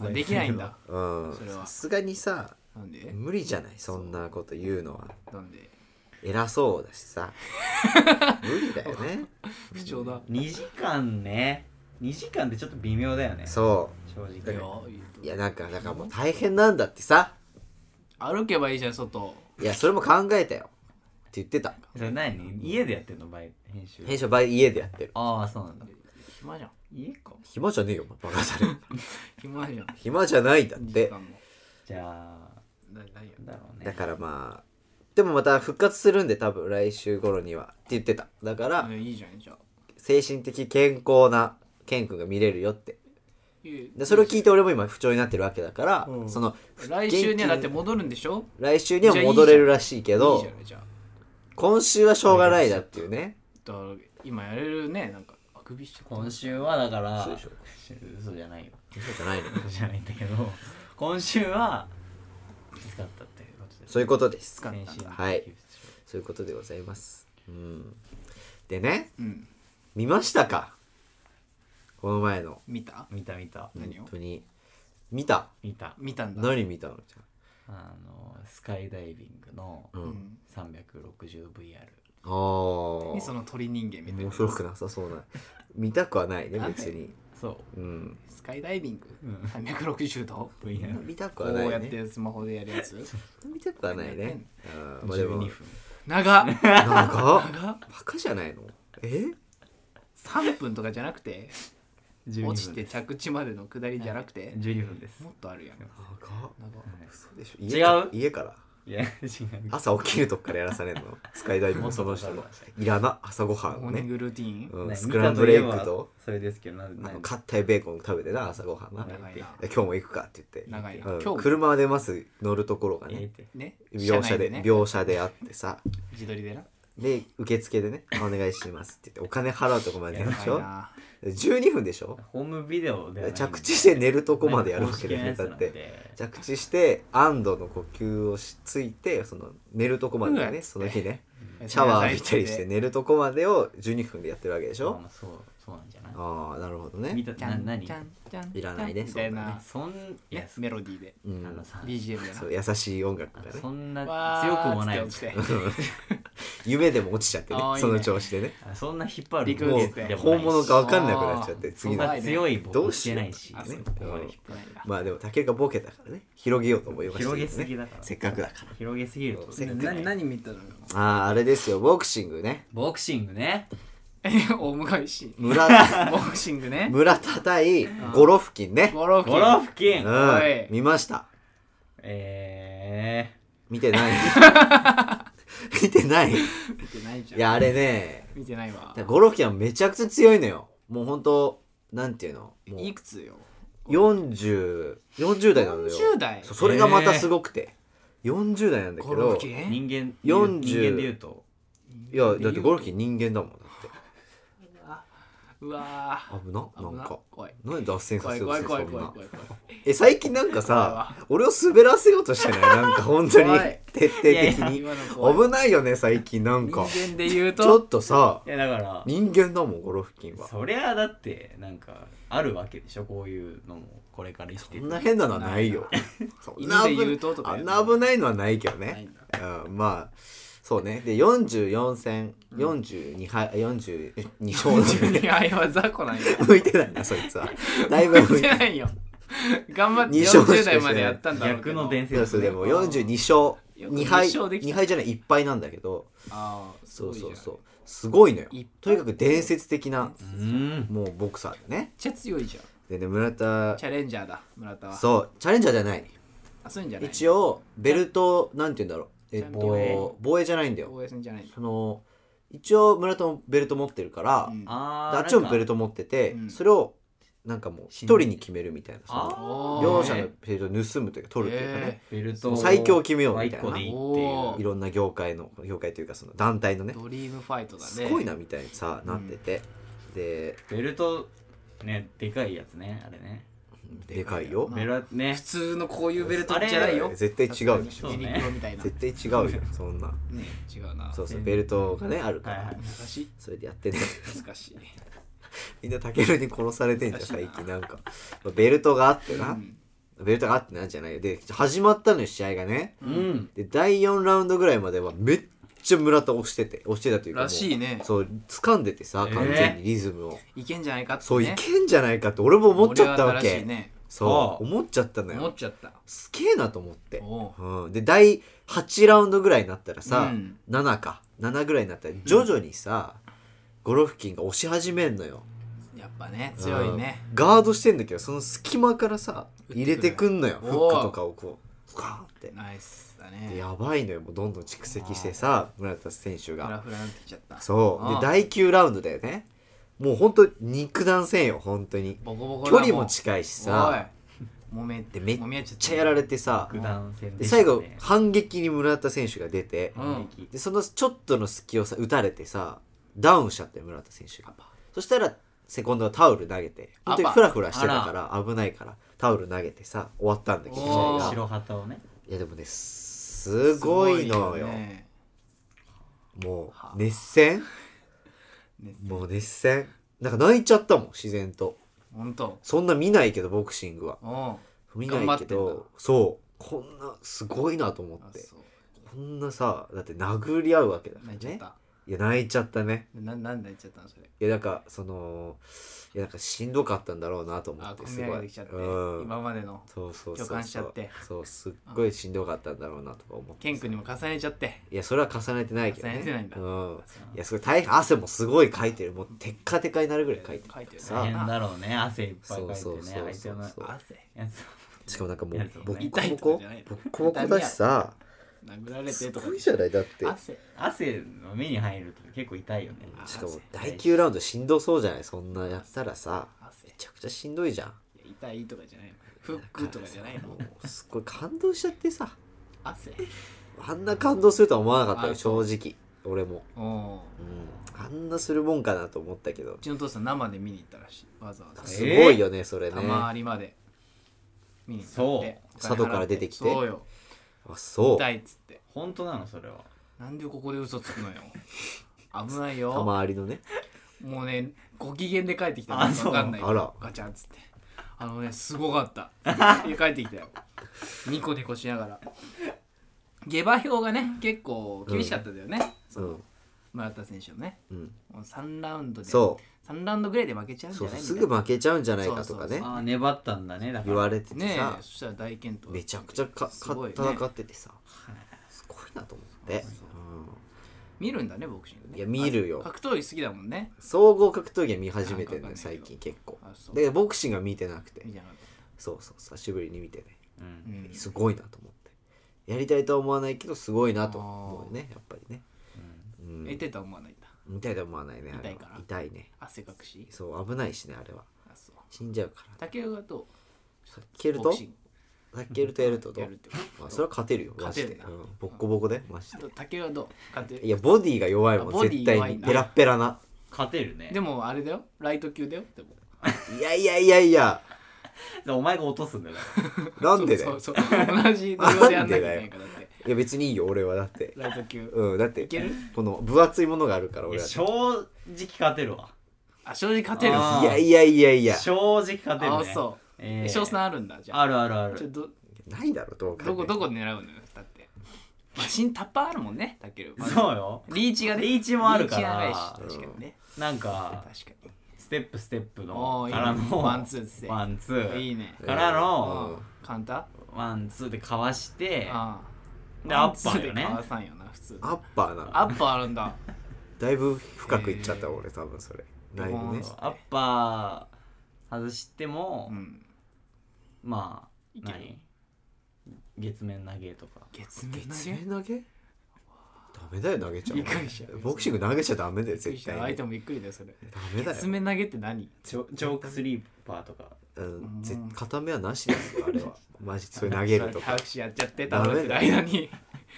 Speaker 2: まあできないんだ
Speaker 1: うん
Speaker 2: それ。
Speaker 1: さ
Speaker 2: は
Speaker 1: すがにさ、
Speaker 2: なんで
Speaker 1: 無理じゃない、そんなこと言うのは。
Speaker 2: なんで
Speaker 1: 偉そう だしさ。無理だよね。
Speaker 2: 不調だ
Speaker 3: 2時間ね2時間ってちょっと微妙だよね正
Speaker 1: そ
Speaker 3: 直
Speaker 2: よ
Speaker 1: ういやなんかだからもう大変なんだってさ
Speaker 2: 歩けばいいじゃん外
Speaker 1: いやそれも考えたよって言ってた
Speaker 3: それ何家でやってんのバイ編集
Speaker 1: 編集場合家でやってる
Speaker 3: ああそうなんだ
Speaker 2: 暇じゃん
Speaker 3: 家か
Speaker 1: 暇じゃねえよお前バカされ
Speaker 2: 暇じゃん
Speaker 1: 暇じゃないんだっ
Speaker 2: 時
Speaker 1: て
Speaker 2: 間も
Speaker 3: じゃあ
Speaker 2: なないよ
Speaker 3: なんだろうね
Speaker 1: だからまあでもまた復活するんで多分来週頃にはって言ってただから
Speaker 2: うんいいじゃんじゃあ
Speaker 1: 精神的健康なケン君が見れるよって
Speaker 2: いい
Speaker 1: でそれを聞いて俺も今不調になってるわけだから、
Speaker 3: うん
Speaker 1: その
Speaker 2: 来週に
Speaker 1: 元
Speaker 2: はだっ
Speaker 1: 気
Speaker 2: て戻るんでしょ
Speaker 1: 来週には戻れるらしいけ
Speaker 2: いい
Speaker 1: ど
Speaker 2: じゃないじゃあ
Speaker 1: 今週はしょうがないだっていうね
Speaker 2: だから今やれるねなんかあくびして
Speaker 3: 今週はだから
Speaker 1: 嘘でしょ
Speaker 3: 嘘じゃないよ
Speaker 1: そうじゃないの
Speaker 3: 嘘じゃないんだけど今週はきつかったっていうことです
Speaker 1: そういうことです
Speaker 2: か
Speaker 3: 先週の
Speaker 1: はい
Speaker 3: 寄付書
Speaker 1: そういうことでございますうんでね
Speaker 2: うん
Speaker 1: 見ましたかこの前の
Speaker 2: 見た
Speaker 3: 見た見た
Speaker 2: 何を
Speaker 1: 本当に見た
Speaker 3: 見た
Speaker 2: 見たんだ
Speaker 1: 何見たのじゃ
Speaker 3: あのスカイダイビングの
Speaker 1: あうん、
Speaker 2: うん、
Speaker 3: 360VR
Speaker 1: あー
Speaker 2: 何その鳥人間みたい
Speaker 1: 面
Speaker 2: な
Speaker 1: 白くなさそうな見たくはないね別に
Speaker 3: そ
Speaker 1: うん
Speaker 2: スカイダイビング、
Speaker 3: うん
Speaker 2: 360度
Speaker 3: う VR
Speaker 1: 見たく
Speaker 2: こ
Speaker 1: は
Speaker 2: う
Speaker 1: な
Speaker 2: や
Speaker 1: い
Speaker 2: っ
Speaker 1: ね
Speaker 2: てスマホでやる やつ
Speaker 1: 見たくはないねうんまあでも
Speaker 3: 12分
Speaker 2: 長っ長っ
Speaker 1: なんかバカじゃないのえ
Speaker 2: 3分とかじゃなくて
Speaker 3: 12分
Speaker 2: 落ちて着地までの下りじゃなくて、
Speaker 3: 12分です
Speaker 2: もっとあるやん長っ
Speaker 1: 長っ嘘でしょ
Speaker 3: 違う
Speaker 1: 家から家から
Speaker 3: いや違う
Speaker 1: 朝起きるとこからやらされるのスカイダイビングその人のいらな朝ごはん
Speaker 2: モ
Speaker 1: を
Speaker 2: ーニン
Speaker 1: ね、
Speaker 2: グルーティーン、
Speaker 1: う
Speaker 3: ね
Speaker 1: ん、スクランブルエッ
Speaker 3: 見
Speaker 1: グ
Speaker 3: た言えば
Speaker 1: と
Speaker 3: それですけどなん
Speaker 1: あ
Speaker 3: なん
Speaker 1: の硬いベーコン食べてな朝ごはんな
Speaker 2: 長いな
Speaker 1: 今日も行くかって言って
Speaker 2: 長いな
Speaker 1: うん
Speaker 2: 今日も
Speaker 1: 車は出ます乗るところが
Speaker 3: 焼い
Speaker 1: ね
Speaker 3: て
Speaker 2: ね
Speaker 1: 描写で
Speaker 2: 内ね
Speaker 1: 描写であってさ
Speaker 2: 自撮りでな
Speaker 1: で受付でね「お願いします」って言ってお金払うとこまでやるでし
Speaker 2: 長い
Speaker 1: ょ
Speaker 2: な
Speaker 1: 12分でしょ
Speaker 3: ホームビデオではないんだ
Speaker 1: 着地して寝るとこまでやるわけだよね
Speaker 3: 公式
Speaker 1: だ
Speaker 3: のや
Speaker 1: っ
Speaker 3: つなん
Speaker 1: て
Speaker 3: で
Speaker 1: 着地して安堵の呼吸をしついてその寝るとこまでねその日ねシャワー浴びたりして寝るとこまでを12分でやってるわけでし
Speaker 3: まあ
Speaker 1: ょ
Speaker 3: まあそうそうなんじゃない
Speaker 1: ああなるほど
Speaker 3: 見
Speaker 1: ね
Speaker 3: た
Speaker 2: ちゃ
Speaker 3: なん何
Speaker 2: ちゃんちゃん
Speaker 1: いらないね
Speaker 2: みたい
Speaker 1: そんな
Speaker 2: な、
Speaker 3: そんいや
Speaker 2: ね、メロディーで
Speaker 1: う
Speaker 3: あの
Speaker 1: ん
Speaker 3: さ
Speaker 2: BGM でな
Speaker 1: そう優しい音楽がね
Speaker 3: そんな
Speaker 2: わー
Speaker 3: 強くもない
Speaker 2: っつって落ちて
Speaker 1: 夢でも落ちちゃってね
Speaker 2: あーいいね
Speaker 1: その調子でね
Speaker 3: あそんな引っ張る
Speaker 2: びっくり
Speaker 1: も
Speaker 2: ですね
Speaker 1: う本物か分かんなくなっちゃって
Speaker 3: そ
Speaker 1: 次
Speaker 3: ん
Speaker 1: の
Speaker 3: な強い
Speaker 1: ど
Speaker 3: ボ
Speaker 1: う
Speaker 3: ケ
Speaker 1: し
Speaker 3: し
Speaker 1: よ
Speaker 3: て
Speaker 1: う
Speaker 3: ないし
Speaker 2: あ
Speaker 3: ね
Speaker 2: そう
Speaker 3: ここまで引っ張る
Speaker 1: まあでもたけるがボケたからね広げようと思いましたけど
Speaker 3: 広
Speaker 1: ね
Speaker 3: げすぎだから
Speaker 1: せっかくだから
Speaker 3: 広げすぎると
Speaker 1: せっかく
Speaker 2: 何何見たのよ
Speaker 1: あああれですよボクシングね
Speaker 3: ボクシングね
Speaker 2: 大昔し
Speaker 1: 村
Speaker 2: ボクシングね
Speaker 1: 村たたいゴロフキンね
Speaker 2: ゴロフ
Speaker 3: ゴロフキ
Speaker 1: う
Speaker 3: ン
Speaker 1: ん
Speaker 2: はい
Speaker 1: 見ました
Speaker 3: え
Speaker 1: 見てない見てないい
Speaker 2: 見てないじゃん
Speaker 1: やあれね
Speaker 2: 見てないわ
Speaker 1: ゴロフキンはめちゃくちゃ強いのよもうほんとなんていうのもう
Speaker 2: いくつよ
Speaker 1: 4040代なのよ
Speaker 2: 40代
Speaker 1: そうそれがまたすごくて、40代なんだ
Speaker 2: ゴ
Speaker 1: け
Speaker 2: ロ
Speaker 1: ど
Speaker 2: フキ
Speaker 3: ー
Speaker 2: ン
Speaker 3: 人間
Speaker 1: 40
Speaker 3: 人間で言うと
Speaker 1: いやだってゴロフキン人間だもんだって
Speaker 2: うわー
Speaker 1: 危なな
Speaker 2: 危
Speaker 1: ん
Speaker 2: な
Speaker 1: か
Speaker 2: 怖い
Speaker 1: 何脱線さ
Speaker 2: 怖
Speaker 1: せ
Speaker 2: い
Speaker 1: ようと
Speaker 2: 怖
Speaker 1: す
Speaker 2: い
Speaker 1: るそ
Speaker 2: 怖い
Speaker 1: ん
Speaker 2: 怖い
Speaker 1: な
Speaker 2: 怖い怖い
Speaker 1: え最近なんかさ俺を滑らせようとしてないなんか本当に
Speaker 2: 怖い
Speaker 1: 徹底的
Speaker 2: いや
Speaker 1: に
Speaker 2: 今の怖い
Speaker 1: 危ないよね最近なんか
Speaker 2: 人間で言う
Speaker 1: ちょ
Speaker 2: と
Speaker 1: っとさ
Speaker 3: いやだから
Speaker 1: 人間だもんゴロフキンは
Speaker 3: そりゃあだってなんかあるわけでしょこういうのもこれから生きて
Speaker 1: そ
Speaker 3: いく
Speaker 1: んな変なのはないよ。そんな
Speaker 2: 犬で言
Speaker 1: 危
Speaker 2: うととか
Speaker 1: あ
Speaker 2: や
Speaker 1: ん
Speaker 2: る
Speaker 1: な危ないのはないけど
Speaker 2: ない
Speaker 1: ね
Speaker 2: んだ。
Speaker 1: うん、まあ、そうね。で、44戦、42敗、42勝
Speaker 2: いやいや雑魚なんや
Speaker 1: 向いてないな、そいつは。だいぶ向
Speaker 2: 見
Speaker 1: い
Speaker 2: て
Speaker 1: て
Speaker 2: ないよ頑張って
Speaker 1: 二勝しか
Speaker 2: 40
Speaker 1: してない
Speaker 2: 代までやったんだろうけ
Speaker 3: 逆
Speaker 2: ど
Speaker 3: の伝
Speaker 1: そうで
Speaker 3: 説
Speaker 1: す、でも42勝、
Speaker 2: よく
Speaker 1: 2敗、
Speaker 2: 2勝できた
Speaker 1: 2敗じゃない、1敗なんだけど、
Speaker 2: ああ
Speaker 1: そうそうそうう。すごいのよ
Speaker 2: いっ
Speaker 1: と
Speaker 2: ぱい。
Speaker 1: にかく伝説的な、
Speaker 3: うん
Speaker 1: もうボクサーでね
Speaker 2: めっ。ちゃ強いじゃん
Speaker 1: でね、村田、
Speaker 2: チャレンジャーだ村田は
Speaker 1: そう、チャレンジャーじゃない。
Speaker 2: あそういうんじゃない
Speaker 1: 一応、ベルト、なんて言うんだろう。えっ
Speaker 2: 防衛
Speaker 1: と、防衛じゃないんだよ。
Speaker 2: OS じゃない
Speaker 1: その一応村田もベルト持ってるから、
Speaker 2: うん
Speaker 3: あー
Speaker 1: あっちもベルト持ってて、
Speaker 2: うん
Speaker 1: それをなんかもう一人に決めるみたいなその
Speaker 3: あー
Speaker 1: 両者のベルトを盗むというか取るというかね、
Speaker 3: ベルトを
Speaker 1: 最強を決めようみたいな
Speaker 3: まあ一個でいいって
Speaker 2: お
Speaker 3: い
Speaker 2: ー
Speaker 1: いろんな業界の業界というかその団体のね
Speaker 2: ドリームファイトだね
Speaker 1: すごいなみたいにさなってて、で
Speaker 3: うベルトねでかいやつねあれね
Speaker 1: でかいよ、
Speaker 2: まあ
Speaker 3: ベルトね
Speaker 2: 普通のこういうベルト
Speaker 3: あれ
Speaker 2: じゃないよ
Speaker 1: 絶対違うでしょ
Speaker 3: そうね
Speaker 2: ユニクロみたいなね
Speaker 1: 絶対違うよそんな
Speaker 2: 違うな
Speaker 1: そうそう
Speaker 3: 全然
Speaker 1: ベルトがねあるか
Speaker 3: は
Speaker 1: ら、
Speaker 3: いはい
Speaker 2: 難しい
Speaker 1: それでやってね
Speaker 2: 難しい
Speaker 1: みんなタケルに殺されてんじゃん最近なんかまあベルトがあってな、
Speaker 2: うん
Speaker 1: ベルトがあってなんじゃないよで始まったのよ試合がね
Speaker 3: うん
Speaker 1: で第4ラウンドぐらいまではめっちゃ村田押してて押してたというかもう
Speaker 2: らしいね
Speaker 1: そう掴んでてさ完全にリズムを、
Speaker 2: いけんじゃないかってね
Speaker 1: そういけんじゃないかって俺も思っちゃったわ
Speaker 2: 盛り上がらし
Speaker 1: け、
Speaker 2: いね
Speaker 3: ああ
Speaker 1: そう思っちゃったの
Speaker 2: 思っ
Speaker 1: よ
Speaker 2: ちゃった
Speaker 1: すげえなと思って
Speaker 2: おう
Speaker 1: うん、で第8ラウンドぐらいになったらさ、
Speaker 2: うん
Speaker 1: 7か7ぐらいになったら徐々にさ、ゴロフキンが押し始めんのよ
Speaker 2: やっぱね強いね
Speaker 1: うんガードしてんだけどその隙間からさ入れてくんのよフ
Speaker 2: おー
Speaker 1: ックとかをこうガーって
Speaker 2: ナイスだ
Speaker 1: で
Speaker 2: ね
Speaker 1: やばいのよもうどんどん蓄積してさ村田選手
Speaker 2: フラ
Speaker 1: が
Speaker 2: フラになってきちゃった
Speaker 1: そう
Speaker 2: あ
Speaker 1: で
Speaker 2: あ
Speaker 1: 第9ラウンドだよねもうほんと肉弾戦よ本当に
Speaker 2: ボコボコだ
Speaker 1: 距離も
Speaker 2: う
Speaker 1: 近いしさ
Speaker 2: おいもめ
Speaker 1: でめっ
Speaker 2: もみ合っちゃっ
Speaker 1: ちゃやられてさ
Speaker 3: 九段戦
Speaker 1: で
Speaker 3: した
Speaker 1: 最後
Speaker 3: ね
Speaker 1: 反撃に村田選手が出て、
Speaker 2: うん
Speaker 1: でそのちょっとの隙をさ打たれてさダウンしちゃって村田選手がそしたらセコンドはタオル投げて本当に
Speaker 2: あば
Speaker 1: フラフラしてたから危ないからタオル投げてさ終わったんだけど試
Speaker 2: おー
Speaker 1: 合が
Speaker 3: 白旗をね
Speaker 1: いやでもねすごいのよ
Speaker 2: ね
Speaker 1: も
Speaker 2: は
Speaker 1: う熱戦
Speaker 2: ね
Speaker 1: もう熱戦なんか泣いちゃったもん自然と
Speaker 2: ほんと
Speaker 1: そんな見ないけどボクシングは
Speaker 2: おう
Speaker 1: 見ないけ
Speaker 2: 頑張ってんだ
Speaker 1: どそうこんなすごいなと思っ
Speaker 2: あ
Speaker 1: て
Speaker 2: そう
Speaker 1: こんなさだって殴り合うわけだから
Speaker 2: 泣いちゃっ
Speaker 1: ね
Speaker 2: た
Speaker 1: いや泣いちゃったね
Speaker 2: ななんで泣いちゃったのそれ
Speaker 1: いやなんかそのいやなんかしんどかったんだろうなと思
Speaker 2: あ
Speaker 1: っ
Speaker 2: こ
Speaker 1: て
Speaker 2: み
Speaker 1: す
Speaker 2: 上
Speaker 1: ご
Speaker 2: げて
Speaker 1: い
Speaker 2: きちゃって
Speaker 1: うん
Speaker 2: 今までの
Speaker 1: そうそうそうそう
Speaker 2: 共感しちゃって
Speaker 1: そうすっごいしんどかったんだろうなとか思って
Speaker 2: ケン君にも重ねちゃって
Speaker 1: いやそれは重ねてないけどね
Speaker 2: 重ねてないんだ
Speaker 1: うん、いやすごい大変汗もすごいかいてるもうテッカテカになるぐらいかいてる
Speaker 2: かいてるね
Speaker 1: さ
Speaker 3: 大
Speaker 1: あ
Speaker 3: 変だろうね汗いっぱいかいて
Speaker 1: そうそうそう
Speaker 3: ね相手の
Speaker 1: そう
Speaker 2: 汗
Speaker 3: やつ
Speaker 1: しかもなんかも
Speaker 3: いうやそう
Speaker 1: ボッ
Speaker 2: 痛いと
Speaker 1: コボコ
Speaker 2: かじゃない
Speaker 1: ボッコボコだしさ
Speaker 2: 殴られ
Speaker 1: す
Speaker 2: てとか
Speaker 1: ごいじゃないだって
Speaker 2: 汗
Speaker 3: 汗の目に入ると結構痛いよね
Speaker 2: あ
Speaker 1: しかも
Speaker 2: 汗
Speaker 1: 第9ラウンドしんどそうじゃないそんなやったらさ
Speaker 2: 汗
Speaker 1: めちゃくちゃしんどいじゃん
Speaker 2: いや痛いとかじゃないのフックとかじゃないの
Speaker 1: もうすごい感動しちゃってさ
Speaker 2: 汗
Speaker 1: あんな感動するとは思わなかったよ
Speaker 2: あそ
Speaker 1: 正直俺も、
Speaker 2: おおう
Speaker 1: うん、あんなするもんかなと思ったけど
Speaker 2: うちの父さん生で見に行ったらしいわざわざ
Speaker 1: すごいよね、それね
Speaker 2: たまりまで見に行ったって
Speaker 1: そう
Speaker 2: お金払って
Speaker 1: 佐渡から出てきて
Speaker 2: そうよ
Speaker 1: あそう
Speaker 2: 痛いっつって
Speaker 3: 本当なのそれは
Speaker 2: なんでここで嘘つくのよ危ない
Speaker 1: た
Speaker 2: よ
Speaker 1: まりのね
Speaker 2: もうねご機嫌で帰ってきた
Speaker 3: あ
Speaker 2: の
Speaker 3: そ
Speaker 2: 分
Speaker 3: う
Speaker 2: かんないけど
Speaker 1: あら
Speaker 2: ガチャンっつってあのねすごか ったって帰ってきたよニコニコしながら下馬評がね結構厳しかったんだよね、
Speaker 1: うん
Speaker 2: 村田選手もね
Speaker 1: うん
Speaker 2: もう3ラウンドで
Speaker 1: そ
Speaker 2: 3ラウンドぐらいで負けちゃう
Speaker 1: うん
Speaker 2: じ
Speaker 1: そ
Speaker 2: ゃ
Speaker 1: う
Speaker 2: な
Speaker 1: そ
Speaker 2: いうみ
Speaker 1: す
Speaker 2: たい
Speaker 1: ぐ
Speaker 2: な
Speaker 1: 負けちゃうんじゃないかとかね
Speaker 2: そう
Speaker 3: ああ粘ったんだねだから
Speaker 1: 言われてて
Speaker 2: ね
Speaker 1: さ
Speaker 2: えそしたら大健闘
Speaker 1: めちゃくちゃか
Speaker 2: すごいね
Speaker 1: か戦っててさすごいなと思って、
Speaker 2: 見るんだねボクシングね
Speaker 1: いや見るよ
Speaker 2: あ格闘技好きだもんね
Speaker 1: うん、総合格闘技は見始めてんだ
Speaker 2: な
Speaker 1: よ
Speaker 2: んかわかんない
Speaker 1: 最
Speaker 2: けど
Speaker 1: 近結構
Speaker 2: あそう
Speaker 1: だけどボクシングは見てなくて
Speaker 2: みたいな
Speaker 1: そうそう久しぶりに見てね
Speaker 3: うん
Speaker 2: うん
Speaker 1: すごいなと思ってやりたいとは思わないけどすごいなと思うねやっぱりね、う
Speaker 2: え
Speaker 1: ん、
Speaker 2: 出てたと思わないんだ
Speaker 1: 見たいとは思わないねあれは
Speaker 2: 痛いから
Speaker 1: 痛いね
Speaker 2: 汗かくし
Speaker 1: そう危ないしねあれは
Speaker 2: あそう
Speaker 1: 死んじゃうから
Speaker 2: 竹雄がと
Speaker 1: さっきやる
Speaker 2: ボ
Speaker 1: と
Speaker 2: ク
Speaker 1: さ
Speaker 2: シング
Speaker 1: っきやるとやるとど
Speaker 2: やるっ
Speaker 1: う
Speaker 2: てこと
Speaker 1: まあそれは勝てるよマ
Speaker 2: 勝
Speaker 1: ジ
Speaker 2: てる
Speaker 1: で、
Speaker 2: ん
Speaker 1: う
Speaker 2: だ
Speaker 1: ん、ボッコボコでマジで
Speaker 2: ちょっと竹はどう勝て
Speaker 1: いやボディが弱い
Speaker 2: あ
Speaker 1: もん
Speaker 2: ボディ
Speaker 1: 絶対
Speaker 2: 弱い
Speaker 1: に
Speaker 2: んだ
Speaker 1: ペラッペラな
Speaker 3: 勝てるね
Speaker 2: でもあれだよライト級だよでも
Speaker 1: いやいやいやいや
Speaker 3: お前が落とすんだよだか
Speaker 1: なんでだ
Speaker 2: そう
Speaker 1: よ
Speaker 2: そうそう同じ土俵でやんなきゃいけないからだって
Speaker 1: いや別にいいよ俺はだって
Speaker 2: ライト級
Speaker 1: うんだって
Speaker 2: いける
Speaker 1: この分厚いものがあるから
Speaker 3: らい
Speaker 1: 俺
Speaker 3: や
Speaker 1: は
Speaker 3: 正直勝てるわ
Speaker 2: あ正直勝てる
Speaker 3: あ
Speaker 2: あ
Speaker 3: ー
Speaker 1: いやいやいやいや
Speaker 3: 正直勝てるね
Speaker 2: あそう
Speaker 3: え
Speaker 2: え
Speaker 3: ー
Speaker 2: 翔さんあるんだじゃあ
Speaker 3: あるあるあ
Speaker 2: ちょ
Speaker 3: る
Speaker 2: ど
Speaker 1: ないだろどうか
Speaker 2: どこどこ狙うのよだってマシンタッパーあるもんねタケル
Speaker 3: そうよ
Speaker 2: リーチがね
Speaker 3: リーチもあるから
Speaker 2: リーチ長いし確かにね
Speaker 3: なんか
Speaker 2: 確かに
Speaker 3: ステップステップの
Speaker 2: おーいいね
Speaker 3: からの
Speaker 2: ワンツーっつって
Speaker 3: ワンツー
Speaker 2: いいね
Speaker 3: から
Speaker 1: う
Speaker 3: の
Speaker 1: ん
Speaker 2: 簡単
Speaker 3: ワンツーでかわして
Speaker 2: ああ
Speaker 3: でアッパー
Speaker 2: ワ
Speaker 3: よ
Speaker 2: ンツで
Speaker 3: ね
Speaker 2: かわさんよな普通
Speaker 1: アッパーなの
Speaker 2: アッパーあるんだ
Speaker 1: だいぶ深くいっちゃった俺多分それライブね
Speaker 3: アッパー外しても
Speaker 2: うん
Speaker 3: まあ
Speaker 2: いける
Speaker 3: 何月面投げとか
Speaker 2: 月面投
Speaker 1: 爪
Speaker 2: げ
Speaker 1: 投げダメだよ投げちゃ
Speaker 2: びっくりしちゃう
Speaker 1: ボクシング投げちゃダメだよ
Speaker 2: びっくりし
Speaker 1: 絶
Speaker 2: た
Speaker 1: 対に
Speaker 2: 相手
Speaker 1: ダ
Speaker 2: もびっくりだよそれ
Speaker 1: メだ
Speaker 2: 月
Speaker 1: よ、
Speaker 2: 面投げって何
Speaker 3: ジョジョークスリーパーとか
Speaker 1: うん、ぜ
Speaker 2: うん
Speaker 1: 片目はなしですよあれはマジそれ投げると か
Speaker 2: 拍手やっちゃってた
Speaker 1: ダ
Speaker 2: の
Speaker 1: メだ
Speaker 2: 間に
Speaker 1: い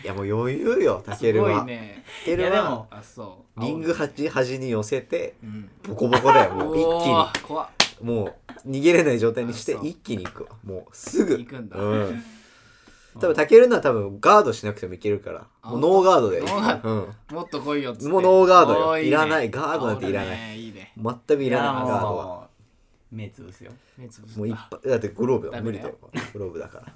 Speaker 1: やもう余裕よタケ
Speaker 2: す
Speaker 1: ル
Speaker 2: ごい
Speaker 1: は、
Speaker 2: ね
Speaker 1: タケ
Speaker 3: いや
Speaker 1: ル
Speaker 3: で
Speaker 1: は
Speaker 3: も
Speaker 2: あそう
Speaker 1: リング端端に寄せて
Speaker 2: うん
Speaker 1: ボコボコ だよもう
Speaker 2: お
Speaker 1: 一
Speaker 2: ー怖っ
Speaker 1: 気にもう逃げれない状態にして
Speaker 2: あそう
Speaker 1: 一気に行くわもうすぐ
Speaker 2: 行くんだ
Speaker 1: うん、多分タケルのは多分ガードしなくてもいけるから
Speaker 2: あ
Speaker 1: もうノーガードで
Speaker 2: ノーガー
Speaker 1: うん
Speaker 2: もっと来いよっつって
Speaker 1: もうノーガードよ
Speaker 2: おね
Speaker 1: いらないガードなんていらない
Speaker 2: あ俺ねいいね
Speaker 1: 全くいらない
Speaker 3: や
Speaker 1: ガードは
Speaker 3: もう目つぶすよ
Speaker 2: 目つぶす
Speaker 1: もういっぱいだってグローブだ
Speaker 2: ダ
Speaker 1: 無
Speaker 2: メ
Speaker 1: 理
Speaker 2: だ
Speaker 1: だ
Speaker 2: よ
Speaker 1: よグローブだから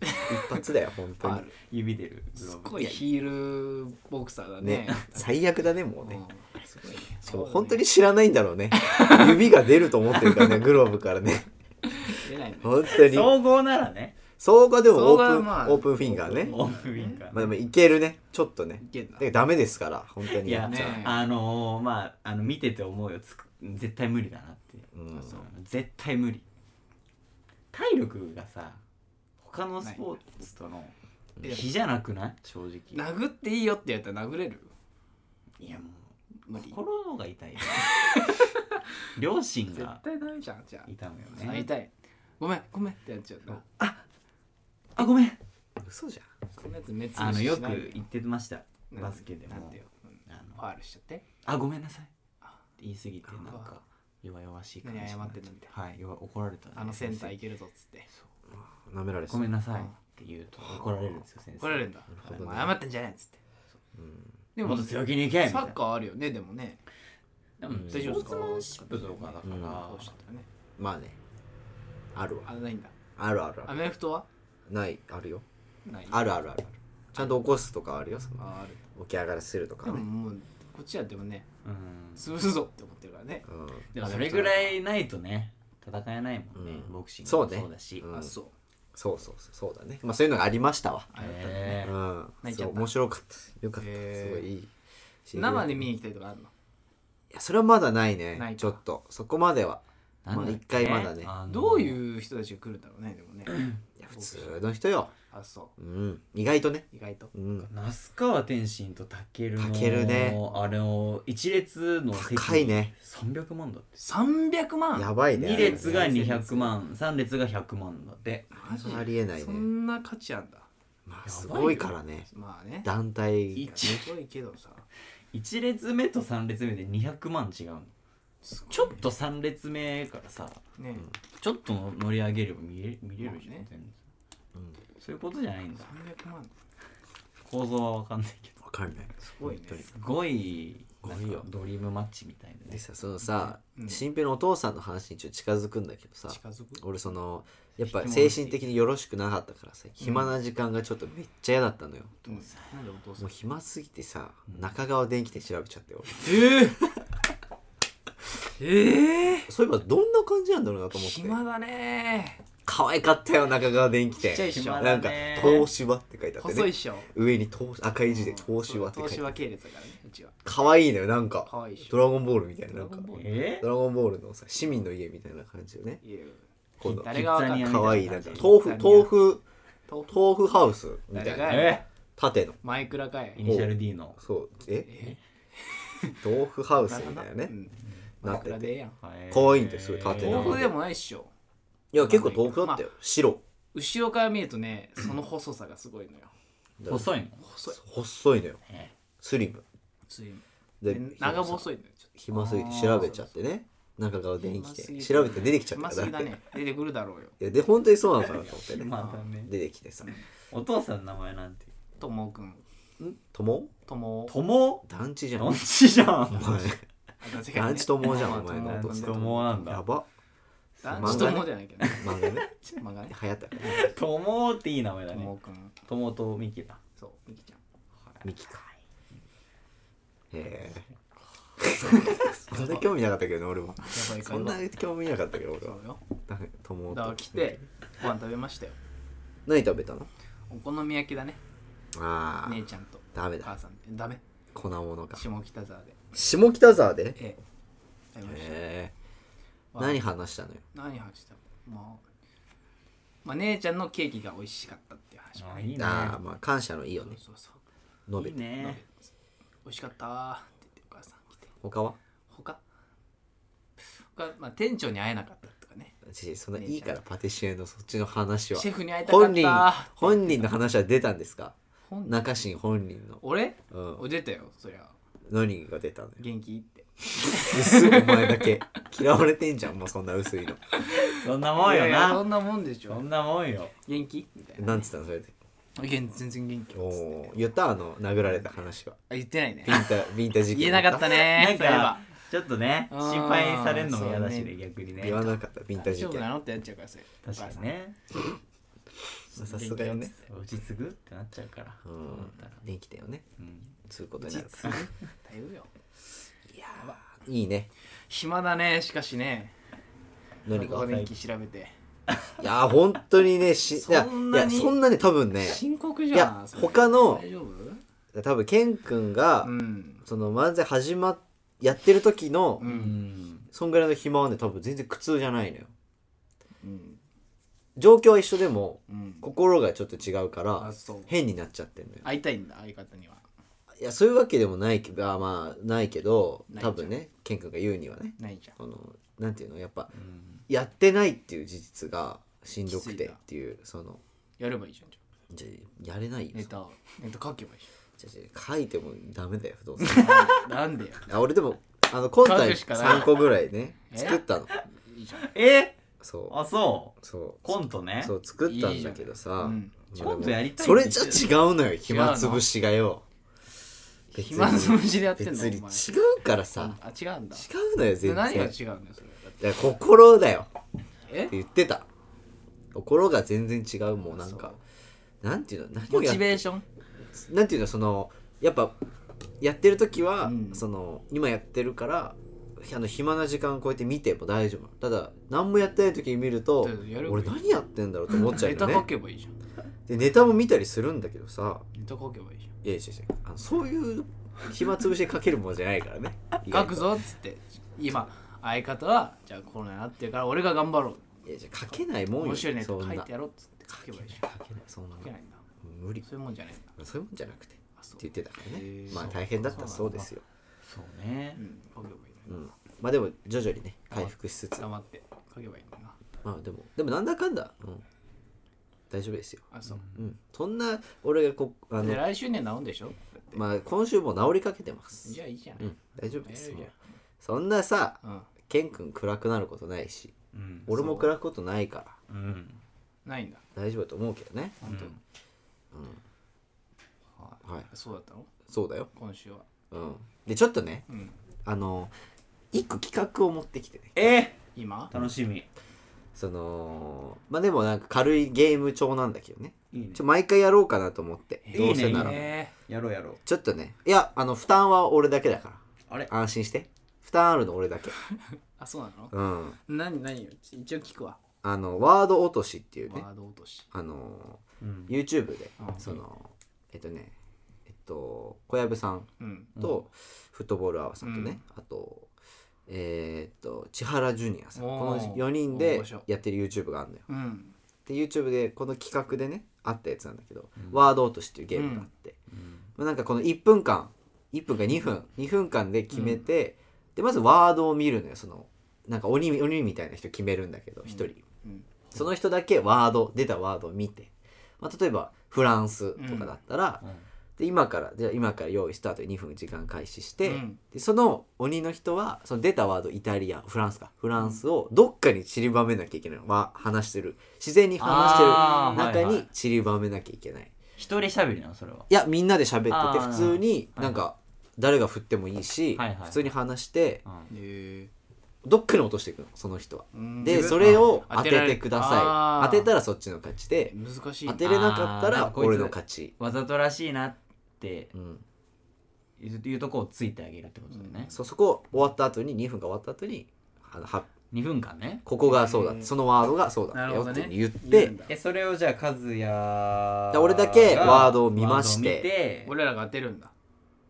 Speaker 1: 一発だよ本当
Speaker 2: あ
Speaker 1: に
Speaker 2: る
Speaker 3: 指出るグロ
Speaker 2: す
Speaker 3: ーブ
Speaker 2: ごいヒールボクサーだね
Speaker 1: ね最悪だねもうね、
Speaker 2: うんすごいね
Speaker 1: しかも本当に知らないんだろう ね指が出ると思ってるからねグローブからね
Speaker 2: 出ないね
Speaker 1: 本当に
Speaker 3: 総合ならね
Speaker 1: そうかでもオー
Speaker 2: 総合
Speaker 1: プ
Speaker 2: は
Speaker 1: ン、
Speaker 2: まあ
Speaker 1: オープンフィンガーね
Speaker 3: オープンウィンカ
Speaker 1: ま
Speaker 3: ー
Speaker 1: あでもいけるねちょっとね
Speaker 2: いけんな
Speaker 1: だけどダメですから本当に
Speaker 3: いや
Speaker 1: っちゃう
Speaker 2: ね
Speaker 3: あのー、まああの見てて思うよつく絶対無理だなって
Speaker 1: うん
Speaker 2: そう
Speaker 3: 絶対無理体力がさ他のスポーツとの
Speaker 2: いや
Speaker 3: 比じゃなくない正直
Speaker 2: 殴っていいよってやったら殴れる
Speaker 3: いやも
Speaker 2: 無
Speaker 3: う
Speaker 2: 理
Speaker 3: 心の方が痛 いよ両親
Speaker 2: 絶
Speaker 3: が
Speaker 2: 対ダメじゃんじゃ
Speaker 3: 痛むよ
Speaker 2: あ会い
Speaker 3: ね
Speaker 2: たいごめんごめんってやっちゃうの
Speaker 3: あごめん
Speaker 1: 嘘じゃん
Speaker 2: そんなやつ滅
Speaker 3: あの
Speaker 2: 裂
Speaker 3: よ
Speaker 2: し
Speaker 3: く
Speaker 2: ない
Speaker 3: 言ってました
Speaker 2: うん
Speaker 3: バスケでも
Speaker 2: なんてようん
Speaker 3: あ
Speaker 2: フ
Speaker 3: の
Speaker 2: ァールしちゃって
Speaker 3: あごめんなさい
Speaker 2: あ
Speaker 3: って言い過ぎてなんか弱々しい感じ
Speaker 2: 何謝ってん
Speaker 3: の
Speaker 2: のみたい
Speaker 3: はい弱怒られたね
Speaker 2: あのセンターいけるぞっつって
Speaker 1: 舐められてた
Speaker 3: ごめんなさいっ
Speaker 2: うん
Speaker 3: て言うと怒られるんですよ先生
Speaker 2: 怒られるんだ
Speaker 1: ほどね
Speaker 2: お前謝ってんじゃないっつって
Speaker 1: うん
Speaker 2: で
Speaker 3: も
Speaker 2: も
Speaker 3: っと
Speaker 2: サ
Speaker 3: 強気にいけみたい
Speaker 2: ッ
Speaker 3: な
Speaker 2: カーあるよねでもね
Speaker 3: でも
Speaker 1: うん
Speaker 3: スポーツマンシップとかだか
Speaker 1: うん
Speaker 2: あ
Speaker 3: ら
Speaker 2: おっしゃったね
Speaker 1: まあねある
Speaker 2: あ
Speaker 1: わ
Speaker 2: ないんだ
Speaker 1: あるあるあ
Speaker 2: ア
Speaker 1: る
Speaker 2: メフトは
Speaker 1: ないあるよ
Speaker 2: ない
Speaker 1: あるあるあるあるちゃんと起こすとかあるよその
Speaker 2: あある
Speaker 1: 起き上がらせると
Speaker 2: で
Speaker 1: か
Speaker 2: も
Speaker 1: ね
Speaker 2: もうこっちやってもね
Speaker 3: うん
Speaker 2: 潰すぞって思ってるからね
Speaker 1: うん
Speaker 3: でもそれぐらいないとね戦えないもんね、
Speaker 1: うん
Speaker 3: ボクシング
Speaker 1: そ
Speaker 3: も
Speaker 1: うね
Speaker 3: そうだし、
Speaker 1: うん
Speaker 2: あそう
Speaker 1: そうそうそうそうだねまあそういうのがありましたわ
Speaker 2: あやったね
Speaker 1: う
Speaker 3: え
Speaker 1: ん
Speaker 2: 泣い
Speaker 1: そ
Speaker 2: ちゃ
Speaker 1: う
Speaker 2: った
Speaker 1: 面白かったよかった
Speaker 2: へ
Speaker 1: す
Speaker 2: ー
Speaker 1: ごいいい
Speaker 2: 生で
Speaker 1: い
Speaker 2: 見に行きたいとかあるの
Speaker 1: やそれはまだないね
Speaker 2: ないか
Speaker 1: ちょっとそこまでは
Speaker 3: なんだっ
Speaker 1: まあ一
Speaker 3: け
Speaker 1: 回まだね
Speaker 3: あの
Speaker 2: どういう人たちが来るんだろうねでもね
Speaker 1: いや普通の人よ
Speaker 2: あそ
Speaker 1: うん意外とね
Speaker 2: う意外と
Speaker 1: うん
Speaker 3: 那須川天心とタケルの
Speaker 1: タケルね
Speaker 3: あれを一列の席
Speaker 1: 高いね
Speaker 3: 300万だって
Speaker 2: 300万
Speaker 1: やばいね
Speaker 3: 2列が200万3列が100万だって
Speaker 2: マジ
Speaker 1: ありえないね
Speaker 2: そんな価値あんだ
Speaker 1: まあすごいからね
Speaker 2: まあね
Speaker 1: 団体
Speaker 3: い
Speaker 2: いやすごいけどさ
Speaker 3: 1列目と3列目で200万違うのちょっと3列目からさ
Speaker 2: ね
Speaker 3: ちょっと乗り上げれば見れ見れるじゃ
Speaker 2: ま
Speaker 3: ん、
Speaker 2: あね
Speaker 3: 全然
Speaker 1: うん
Speaker 3: そういうことじゃないんだ
Speaker 2: 300万
Speaker 3: 構造は分かんないけど
Speaker 1: わかんない
Speaker 2: すごいね
Speaker 1: 本当に
Speaker 3: すごい
Speaker 1: すご
Speaker 3: なん
Speaker 1: いよ
Speaker 3: かドリームマッチみたいな
Speaker 1: で
Speaker 3: ね
Speaker 1: さそのさ
Speaker 2: うん
Speaker 1: 新平のお父さんの話にちょっと近づくんだけどさ
Speaker 2: 近づく
Speaker 1: 俺そのやっぱ精神的によろしくなかったからさ暇な時間がちょっとめっちゃ嫌だったのよ
Speaker 2: うんなんでお父さ
Speaker 1: もうん暇すぎてさ
Speaker 3: うん
Speaker 1: 中川電気店調べちゃったよ
Speaker 2: ええええ
Speaker 1: そういえばどんな感じなんだろうなと思って
Speaker 2: 暇だね
Speaker 1: 可愛かったよ中川電気店
Speaker 2: ちっちゃいっしょ
Speaker 1: なんか
Speaker 3: ね
Speaker 1: 東芝って書いてあって
Speaker 2: 細いっ
Speaker 1: ね
Speaker 2: しょ
Speaker 1: 上に東赤い字で東芝って書いて
Speaker 2: 東
Speaker 1: あって
Speaker 2: 芝系列だからねうちは
Speaker 1: 可愛いのよなんか
Speaker 2: 可愛いっしょ
Speaker 1: ドラゴンボールみたいななんか
Speaker 2: ドラゴンボール
Speaker 3: え
Speaker 1: ドラゴンボールのさ市民の家みたいな感じよね
Speaker 2: いや
Speaker 1: 今度
Speaker 2: 誰がわかん
Speaker 3: キ
Speaker 2: な
Speaker 3: ッザニア
Speaker 2: い
Speaker 1: 可愛いなんか豆腐
Speaker 2: キッザニア
Speaker 1: 豆腐
Speaker 2: 豆腐
Speaker 1: 豆腐ハウスみたい
Speaker 2: 誰が
Speaker 1: な
Speaker 2: や
Speaker 3: え
Speaker 1: 縦の
Speaker 2: マイクラかい
Speaker 3: イニシャル D の
Speaker 1: そうえ
Speaker 2: え
Speaker 1: 豆腐ハウス
Speaker 2: な
Speaker 1: みた
Speaker 2: かない
Speaker 1: な
Speaker 2: う
Speaker 1: ね
Speaker 2: ん
Speaker 1: な
Speaker 2: マイ
Speaker 1: っ
Speaker 2: ク
Speaker 1: て
Speaker 2: ラ
Speaker 1: て
Speaker 2: でええやん
Speaker 1: 可愛いんですよ縦
Speaker 2: 豆
Speaker 1: 長
Speaker 2: 腐でもないっしょ
Speaker 1: いや結構豆腐だったよ白
Speaker 2: 後ろから見るとねその細さがすごいのよ
Speaker 3: 細いの
Speaker 2: 細い
Speaker 1: 細いのよ
Speaker 3: え
Speaker 1: スリム
Speaker 2: つい
Speaker 1: で
Speaker 2: で長細いのよちょっと
Speaker 1: 暇すぎて調べちゃってね中川電気店調べて出てきちゃった
Speaker 2: 暇
Speaker 1: か
Speaker 2: す
Speaker 1: ら
Speaker 2: ぎだね出てくるだろうよ
Speaker 1: いやで本当にそうなのかなと思って
Speaker 3: え
Speaker 1: ね
Speaker 3: またね
Speaker 1: 出てきてさ
Speaker 3: お父さんの名前なんて
Speaker 2: ともくん
Speaker 1: とも
Speaker 2: とも
Speaker 3: 友
Speaker 1: 団地じゃん
Speaker 3: ど
Speaker 1: お
Speaker 3: っちじゃん
Speaker 1: 前団地友じゃんお前
Speaker 3: なん
Speaker 1: の
Speaker 3: ちともなん
Speaker 1: や
Speaker 3: だ
Speaker 1: ば
Speaker 2: 団地友じゃないけどね
Speaker 1: 漫画ね
Speaker 2: 漫画ね
Speaker 1: 流行ったから
Speaker 3: 友っていい名前だ
Speaker 2: と
Speaker 3: ね
Speaker 2: もくん
Speaker 3: 友とミキだ
Speaker 2: そうみきちゃん
Speaker 1: ミキかへえそんな興味なかったけどね俺は
Speaker 2: やばいか
Speaker 1: そんな興味なかったけど俺
Speaker 2: そ
Speaker 1: は
Speaker 2: うよ
Speaker 1: 友
Speaker 2: だから来てご飯食べましたよ
Speaker 1: 何食べたの
Speaker 2: お好み焼きだね
Speaker 1: ああ、
Speaker 2: 姉ちゃんと
Speaker 1: ダメ
Speaker 2: お母
Speaker 1: だ
Speaker 2: さんでダメ
Speaker 1: 粉物か
Speaker 2: 下北沢で
Speaker 1: 下北沢でへ
Speaker 2: ええ食べました
Speaker 1: え
Speaker 2: わ
Speaker 1: 何話したのよ
Speaker 2: 何話したまあまあ姉ちゃんのケーキが美味しかったっていう話も
Speaker 3: あ
Speaker 2: ね
Speaker 3: いいね
Speaker 1: ああまあ感謝のいいよ
Speaker 2: そう
Speaker 1: ね
Speaker 2: そうそう
Speaker 1: 述べ
Speaker 3: いい
Speaker 1: て
Speaker 2: 美
Speaker 3: ね
Speaker 2: 味しかったーって言ってお母さん来て
Speaker 1: 他は
Speaker 2: 他他、まあ、店長に会えなかったとかね
Speaker 1: 私そんないいからパティシエのそっちの話は
Speaker 2: シェフに会いたかった
Speaker 1: 本人本人の話は出たんですか
Speaker 2: 本人
Speaker 1: 中新本人の、
Speaker 2: 俺
Speaker 1: うん、
Speaker 2: お出たよそりゃ
Speaker 1: 何が出たのよ
Speaker 2: 元気って
Speaker 1: 薄いお前だけ嫌われてんじゃんもうそんな薄いの
Speaker 3: そんなもんよ
Speaker 2: いやいやそ
Speaker 3: なん
Speaker 2: なもんでし
Speaker 3: そ
Speaker 2: ょ
Speaker 3: んなもんよ
Speaker 2: 元気みたいな
Speaker 1: なんつったのそれで
Speaker 2: 元全然元気
Speaker 1: おお言ったあの殴られた話は
Speaker 2: あ言ってないね
Speaker 1: ビンタ ビンタ事件
Speaker 2: 言えなかった
Speaker 3: な
Speaker 2: ね
Speaker 3: ん
Speaker 2: そういえば
Speaker 3: かちょっとね
Speaker 2: うん
Speaker 3: 心配されるのも嫌だし
Speaker 2: そう
Speaker 3: ね
Speaker 2: ね
Speaker 3: 逆にね
Speaker 1: 言わなかったビンタ
Speaker 2: 大
Speaker 1: 事
Speaker 2: 丈夫な
Speaker 1: 件
Speaker 2: のってなっちゃうからそれ
Speaker 3: 確かにね
Speaker 2: つって
Speaker 1: さすがよね
Speaker 3: 落ち着ぐってなっちゃうから、
Speaker 1: う
Speaker 3: そうだっ
Speaker 1: ん
Speaker 3: たら、
Speaker 1: 元気だよね
Speaker 3: うん、
Speaker 1: そういうこと
Speaker 2: 元
Speaker 1: に
Speaker 2: 気だ
Speaker 1: な
Speaker 2: よ
Speaker 1: る
Speaker 2: つってだいぶよ
Speaker 1: いやーいいね
Speaker 2: 暇だねしかしね
Speaker 1: 何
Speaker 2: こ
Speaker 1: が
Speaker 2: こで一気調べて
Speaker 1: いやー本当にねしいや
Speaker 2: そんないに
Speaker 1: やそんなね多分ね
Speaker 2: 深刻じ
Speaker 1: い
Speaker 2: ゃ
Speaker 1: や
Speaker 2: んそれ
Speaker 1: 他の
Speaker 2: 大丈夫
Speaker 1: 多分ケン君が、
Speaker 2: うん
Speaker 1: その漫才始まっやってる時の、
Speaker 2: うん
Speaker 1: そんぐらいの暇はね多分全然苦痛じゃないのよ
Speaker 2: うん
Speaker 1: 状況は一緒でも
Speaker 2: うん
Speaker 1: 心がちょっと違うか
Speaker 2: あ
Speaker 1: ら
Speaker 2: そう
Speaker 1: 変になっちゃってんのよ
Speaker 2: 会いたいんだ相方にはい
Speaker 1: やそういうわけでもないけどあまあないけど
Speaker 2: ない
Speaker 1: 多分ねケン君が言うにはね
Speaker 2: ないじゃん
Speaker 1: このなんていうのやっぱ
Speaker 3: うん
Speaker 1: やってないっていう事実がしんどくてっていうその
Speaker 2: やればいいじゃんじゃ
Speaker 1: じゃあやれないよ
Speaker 2: あネタネタ書けばいいじ
Speaker 1: じゃあじゃあ書いてもダメだよ どうせ
Speaker 2: ゃ んなんでよ
Speaker 1: あ俺でもあの今
Speaker 2: 書
Speaker 1: 回
Speaker 2: くしかない
Speaker 1: 3個ぐらいね
Speaker 2: え
Speaker 1: 作ったの
Speaker 2: いいじゃん
Speaker 3: え
Speaker 1: そ
Speaker 3: あそう
Speaker 1: うそう
Speaker 3: コントね
Speaker 1: そう作ったんだけどさ
Speaker 2: いいじ
Speaker 1: 俺も
Speaker 3: コントやりたい
Speaker 1: そ
Speaker 3: って言っ
Speaker 1: れ
Speaker 3: て
Speaker 1: じゃ
Speaker 3: た
Speaker 1: 違うのよ暇つぶしがよ別に
Speaker 2: 暇つぶしでやってんの
Speaker 1: 別に
Speaker 2: お前
Speaker 1: 違うからさ
Speaker 2: あ違うんだ
Speaker 1: 違うのよ全
Speaker 2: 何が違う
Speaker 1: 然
Speaker 2: んだよそれだって
Speaker 1: いや心だよって
Speaker 2: え
Speaker 1: 言ってた心が全然違うもうなんかなんていうの何
Speaker 2: モ
Speaker 1: をやっ
Speaker 2: チベーション
Speaker 1: なんていうのそのやっぱやってる時は、
Speaker 2: うん
Speaker 1: その今やってるからあの暇な時間をこうやって見ても大丈夫ただ何もやってない時に見ると
Speaker 2: だけどやれば
Speaker 1: 俺
Speaker 2: いい
Speaker 1: 何やってんだろうと思っちゃう
Speaker 2: ネ
Speaker 1: よ
Speaker 2: タ書
Speaker 1: ね
Speaker 2: けばいいじゃん
Speaker 1: で
Speaker 2: ネ
Speaker 1: ネタも見たりするんだけどさ
Speaker 2: タ書けばいいじ
Speaker 1: いやいやいやあのそういう暇つぶしで書けるものじゃないからね意
Speaker 2: ゃん
Speaker 1: 外と
Speaker 2: 書くぞっつって今相方はじゃあコロナになってるから俺が頑張ろ
Speaker 1: いやじゃ書けないうもんよ
Speaker 2: 面白いネタ
Speaker 1: そん
Speaker 2: 書
Speaker 1: ない書
Speaker 2: て
Speaker 1: け
Speaker 2: やろうっつって書けばいいじゃん
Speaker 1: ないそんな
Speaker 2: 書けないんだ
Speaker 1: 無理
Speaker 2: そういうもんじゃないんだ
Speaker 1: そういうもんじゃなくてって
Speaker 2: あそう
Speaker 1: 言ってたからね
Speaker 2: へー
Speaker 1: まあ大変だったらそうですよ
Speaker 3: そうね
Speaker 2: うん書けばいいじ
Speaker 1: う
Speaker 2: ゃん
Speaker 1: んまあでも徐々にね回復しつつ
Speaker 2: 黙って書けばいいんだな
Speaker 1: まあでもでもなんだかんだ、うん、大丈夫ですよ、
Speaker 2: あそう
Speaker 1: うん、そんな俺がこあ
Speaker 2: で
Speaker 1: の、
Speaker 2: 来週には治るんでしょだって
Speaker 1: まあ、今週も治りかけてます
Speaker 2: じゃあいいじゃな
Speaker 1: う
Speaker 2: い
Speaker 1: ん大丈夫です
Speaker 2: や
Speaker 1: よ
Speaker 2: るじ
Speaker 1: そんなさ
Speaker 2: ゃんうん
Speaker 1: ケン君暗くなることないし
Speaker 3: うん
Speaker 1: 俺も暗くことないから
Speaker 3: うん
Speaker 2: ないんだ
Speaker 1: 大丈夫だと思うけどね、
Speaker 2: 本当
Speaker 3: うん
Speaker 1: うん
Speaker 2: は
Speaker 1: はい
Speaker 2: いそうだったの
Speaker 1: そうだよ、
Speaker 2: 今週は
Speaker 1: うん、でちょっとね
Speaker 2: うん
Speaker 1: あの一個企画を持ってきてね
Speaker 3: え
Speaker 2: 今
Speaker 3: 楽しみ
Speaker 1: そのまあでもなんか軽いゲーム調なんだけどね
Speaker 3: いいね
Speaker 1: ちょ毎回やろうかなと思って
Speaker 3: いいね
Speaker 1: どうせなら
Speaker 3: いいね
Speaker 2: え
Speaker 3: やろうやろう
Speaker 1: ちょっとねいやあの負担は俺だけだから
Speaker 3: あれ
Speaker 1: 安心して負担あるの俺だけ
Speaker 2: あそうなの
Speaker 1: うん
Speaker 2: 何何よ一応聞くわ
Speaker 1: あのワード落としっていう
Speaker 2: ワ
Speaker 1: ね
Speaker 2: ード落とし
Speaker 1: あの
Speaker 3: うん
Speaker 1: ー YouTube で
Speaker 2: あ
Speaker 1: そのえっとねえっと小籔さん
Speaker 2: うん
Speaker 1: とフットボールアワーさんとね、あとえーっと千原ジュニアさんこ
Speaker 2: おー
Speaker 1: の4人
Speaker 2: 大
Speaker 1: で
Speaker 2: 御所
Speaker 1: やってる YouTube があるのよ
Speaker 2: うん
Speaker 1: で YouTube でこの企画でねあったやつなんだけど、
Speaker 3: うん
Speaker 1: ワード落としっていうゲームがあって、
Speaker 3: うん
Speaker 1: まあなんかこの1分間1分か2分2分間で決めて、でまずワードを見るのよそのなんか鬼鬼みたいな人決めるんだけど1人、
Speaker 2: うん
Speaker 1: その人だけワード出たワードを見て、まあ、例えばフランスとかだったら、
Speaker 3: うん
Speaker 1: で今からじゃあ今から用意スタートで2分時間開始して、
Speaker 2: うん
Speaker 1: でその鬼の人はその出たワードイタリアフランスかフランスをどっかに散りばめなきゃいけないの、まあ、話してる自然に話してる
Speaker 3: あー
Speaker 1: 中
Speaker 3: はいは
Speaker 1: に
Speaker 3: い
Speaker 1: 散りばめなきゃいけない
Speaker 3: 一人喋りなのそれはい
Speaker 1: やみんなで喋っ
Speaker 3: あ
Speaker 1: て
Speaker 3: ー
Speaker 1: て普通になんか誰が振ってもいいし、
Speaker 3: はいはい
Speaker 1: 普通に話して
Speaker 3: うん
Speaker 2: へ
Speaker 1: どっかに落としていくのその人は。
Speaker 2: え
Speaker 1: でそれを
Speaker 2: あ
Speaker 1: 当て
Speaker 2: 当てられ
Speaker 1: てくださ
Speaker 2: あ
Speaker 1: い
Speaker 2: ー
Speaker 1: 当てたらそっちの勝ちで
Speaker 2: 難しい
Speaker 1: 当
Speaker 2: な
Speaker 1: てれなかった
Speaker 3: あーな
Speaker 1: ら
Speaker 3: んかこいつ
Speaker 1: 俺の勝ち、
Speaker 3: わざとらしいなって
Speaker 1: うん、
Speaker 3: いういうとこをついてあげるってことだよね
Speaker 1: そそこ終わった後に2分が終わった後にあのは
Speaker 3: 2分間ね
Speaker 1: ここがそうだ
Speaker 2: うん
Speaker 1: そのワードがそうだ
Speaker 2: な
Speaker 1: った
Speaker 2: る
Speaker 1: よ
Speaker 2: ほ
Speaker 1: っ
Speaker 2: ど
Speaker 1: て
Speaker 2: ね
Speaker 1: 言って
Speaker 2: 言うんだ
Speaker 3: えそれをじゃあ和也が
Speaker 1: 俺だけワードを見まして
Speaker 3: ワードを見て
Speaker 2: 俺らが当てるんだ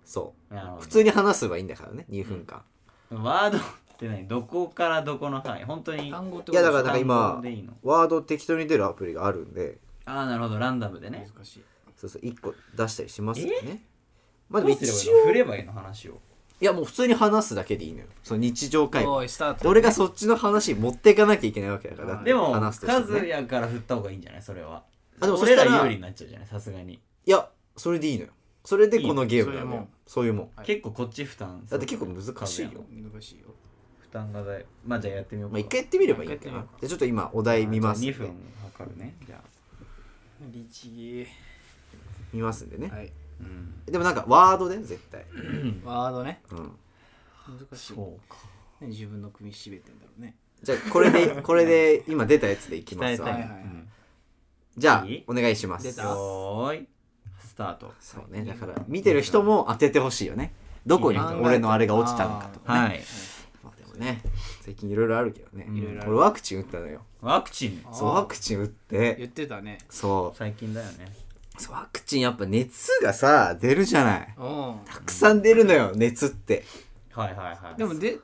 Speaker 1: そ
Speaker 3: なるほ
Speaker 1: う
Speaker 3: ど
Speaker 1: 普通に話せばいいんだからね2分間、
Speaker 3: ワードって何どこからどこの範囲本当に
Speaker 2: 単語って
Speaker 1: いやだからなん
Speaker 2: ら
Speaker 1: か今
Speaker 3: 単語でいいの
Speaker 1: ワード適当に出るアプリがあるんで
Speaker 3: ああなるほどランダムでね
Speaker 2: 難しい
Speaker 1: そうそう1個出したりしますよねま
Speaker 3: ど
Speaker 1: あでも
Speaker 3: う
Speaker 1: 一
Speaker 3: すればいい
Speaker 1: 応
Speaker 3: の振ればいいの話を
Speaker 1: いやもう普通に話すだけでいいのよその日常会話
Speaker 2: おいスター
Speaker 1: で
Speaker 2: ト
Speaker 1: 俺がそっちの話持っていかなきゃいけないわけだからだって
Speaker 3: でも和
Speaker 1: 話すとしてもね
Speaker 3: 也から振った方がいいんじゃないそれは
Speaker 1: あでもそし
Speaker 3: 俺
Speaker 1: た
Speaker 3: ら
Speaker 1: ら
Speaker 3: 有利になっちゃうじゃないさすがに
Speaker 1: いやそれでいいのよそれでこのゲームなの
Speaker 2: いい
Speaker 1: よそういうもん
Speaker 2: はい
Speaker 3: 結構こっち負担
Speaker 1: だって結構難しいよ
Speaker 2: 難しいよ
Speaker 3: 負担がだいまあじゃあやってみよう
Speaker 1: まあ一回やってみればいいんだ
Speaker 2: 一回
Speaker 1: よ
Speaker 2: やっ
Speaker 1: な
Speaker 2: てみ
Speaker 1: でちょっと今お題見ますんで
Speaker 3: 2分測るねじゃあ
Speaker 2: リチゲ
Speaker 1: 見ますんでね、
Speaker 2: ーはい
Speaker 3: うん
Speaker 1: でもなんかワードだよ絶対、
Speaker 2: ワードね
Speaker 1: うん、
Speaker 2: 難しい
Speaker 3: そうか
Speaker 2: ね自分の首絞めてんだろうね
Speaker 1: じゃあこれでこれで今出たやつでいきます
Speaker 3: 鍛えたい
Speaker 1: わ
Speaker 2: はいはいはい
Speaker 3: うん
Speaker 1: じゃあ
Speaker 3: いい
Speaker 1: お願いします
Speaker 2: 出た
Speaker 3: よーいスタート
Speaker 1: そうねだから見てる人も当ててほしいよねどこに俺のあれが落ちたのかとかね、
Speaker 3: はい
Speaker 1: まあ、でもね最近いろいろあるけどね、
Speaker 3: いろい
Speaker 2: ろある
Speaker 1: 俺ワクチン打ったのよ
Speaker 3: ワクチン
Speaker 2: あ
Speaker 1: そうワクチン打って
Speaker 2: 言ってたね
Speaker 1: そ
Speaker 3: 最近だよね
Speaker 1: うそうワクチンやっぱ熱がさ出るじゃない
Speaker 2: うん
Speaker 1: たくさん出るのよ熱って
Speaker 3: はいはいはい
Speaker 2: でもで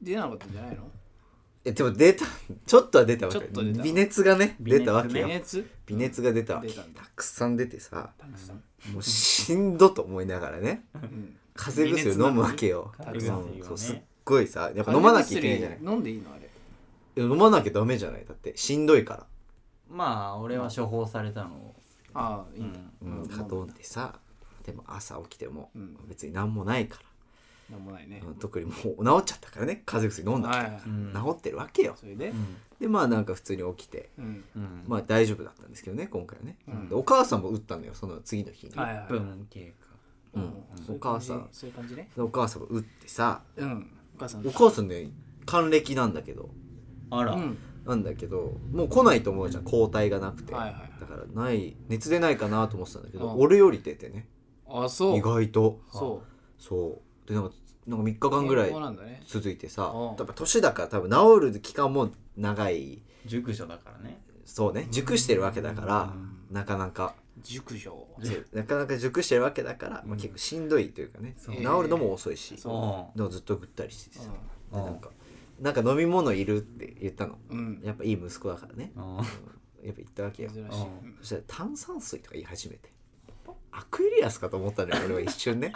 Speaker 2: 出なかったんじゃないの
Speaker 1: えでも出たちょっとは出たわけ
Speaker 2: ちょっと出た
Speaker 1: 微熱がね
Speaker 3: 微熱
Speaker 1: 出
Speaker 3: ね
Speaker 1: たわけよ
Speaker 2: 微熱
Speaker 1: 微熱が出たわけ
Speaker 2: 出たんだ
Speaker 1: たくさん出てさ
Speaker 2: たくさん
Speaker 1: もうしんどと思いながらね
Speaker 2: うん
Speaker 1: 風邪薬を飲むわけよ
Speaker 3: 微
Speaker 2: 熱なのに
Speaker 1: う
Speaker 3: 風邪薬を
Speaker 1: んそ
Speaker 3: ね
Speaker 1: うすっごいさやっぱ飲まなきゃいけないじゃない
Speaker 2: 飲んでいいのあれ
Speaker 1: いや飲まなきゃダメじゃないだってしんどいから
Speaker 3: まあ俺は処方されたのを
Speaker 2: ああいいんだ
Speaker 3: う
Speaker 1: うん、
Speaker 2: 飲
Speaker 1: か
Speaker 2: む
Speaker 1: と
Speaker 2: ん
Speaker 1: ん
Speaker 2: だ
Speaker 1: でさでも朝起きても
Speaker 2: うん
Speaker 1: 別に何もないか
Speaker 2: なんもないね
Speaker 1: ら、うん特にもう治っちゃったからね風邪薬飲んだ
Speaker 2: は
Speaker 1: か
Speaker 2: い
Speaker 1: ら
Speaker 2: はい
Speaker 3: ん
Speaker 1: 治ってるわけよ
Speaker 2: それで
Speaker 3: うん
Speaker 1: でまあなんか普通に起きて
Speaker 2: うん
Speaker 3: うん
Speaker 1: まあ大丈夫だったんですけどね今回はね、
Speaker 2: うん
Speaker 1: でお母さんも打ったのよその次の日に、
Speaker 2: はい
Speaker 3: 1
Speaker 2: はい
Speaker 3: 分経過
Speaker 1: うん
Speaker 2: そういう
Speaker 1: お母さ
Speaker 2: 感
Speaker 1: ん
Speaker 2: じそういう感じね
Speaker 1: でお母さんも打ってさ
Speaker 2: うんお母さん
Speaker 1: お母さんね還暦なんだけど
Speaker 3: あら、
Speaker 2: うん
Speaker 1: なんだけどもう来ないと思うじゃん抗体がなくて、
Speaker 2: はいはいはい
Speaker 1: だからない熱出ないかなと思ってたんだけど、
Speaker 2: うん
Speaker 1: 俺より出てね
Speaker 2: あそ
Speaker 1: 意
Speaker 2: う
Speaker 1: 外と
Speaker 2: そう
Speaker 1: そうでなんかなんか3日間ぐらい
Speaker 2: 健康なんだね
Speaker 1: 続いてさ
Speaker 2: うん
Speaker 1: やっぱ年だから多分治る期間も長い
Speaker 3: 熟女だからね
Speaker 1: そうね熟してるわけだから
Speaker 3: うん
Speaker 1: なかなか
Speaker 2: 熟女
Speaker 1: そうなかなか熟してるわけだから、ま
Speaker 3: う
Speaker 1: あ、
Speaker 3: ん
Speaker 1: 結構しんどいというかね、
Speaker 3: そう
Speaker 1: 治るのも遅いし、
Speaker 2: えー
Speaker 1: で
Speaker 2: そう
Speaker 3: う
Speaker 1: もずっとぐったりしてさ、
Speaker 3: う
Speaker 1: で
Speaker 3: ん
Speaker 1: なんかなんか飲み物いるって言ったの
Speaker 2: うん
Speaker 1: やっぱいい息子だからね、
Speaker 3: んうん
Speaker 1: やっぱ言ったわけよ
Speaker 2: 珍しい
Speaker 3: うん
Speaker 2: うん
Speaker 1: そしたら炭酸水とか言い始めてアクエリアスかと思ったのよ俺は一瞬ね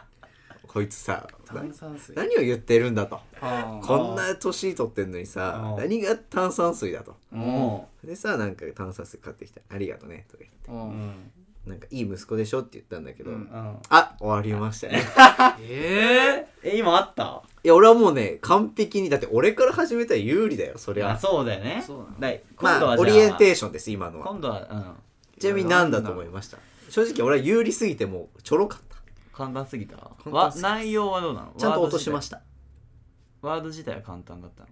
Speaker 1: こいつさな
Speaker 2: 炭酸水
Speaker 1: 何を言ってるんだと
Speaker 2: あー
Speaker 1: こんな年取ってんのにさ
Speaker 3: うん
Speaker 1: 何が炭酸水だと
Speaker 3: も
Speaker 1: でさなんか炭酸水買ってきたありがとねとか言って
Speaker 3: う
Speaker 2: うん
Speaker 3: ん
Speaker 1: なんかいい息子でしょって言ったんだけど、
Speaker 2: うん
Speaker 3: うん
Speaker 1: あ終わりましたね
Speaker 2: え
Speaker 3: え今あった
Speaker 1: いや俺はもうね完璧にだって俺から始めたら有利だよそり
Speaker 3: あ
Speaker 1: ゃ
Speaker 3: そうだよね
Speaker 2: そうなの
Speaker 3: だい今度
Speaker 1: ま
Speaker 3: は
Speaker 1: あ
Speaker 3: じゃあ
Speaker 1: オリエンテーションです今のは
Speaker 3: 今度はうん
Speaker 1: ちなみに何だと思いました正直俺は有利すぎてもうちょろかった
Speaker 3: 簡単すぎた
Speaker 1: 簡単
Speaker 3: わ
Speaker 1: すぎた
Speaker 3: 内容はどうなの
Speaker 1: ちゃんと落としました
Speaker 3: たワード自体は簡単だったの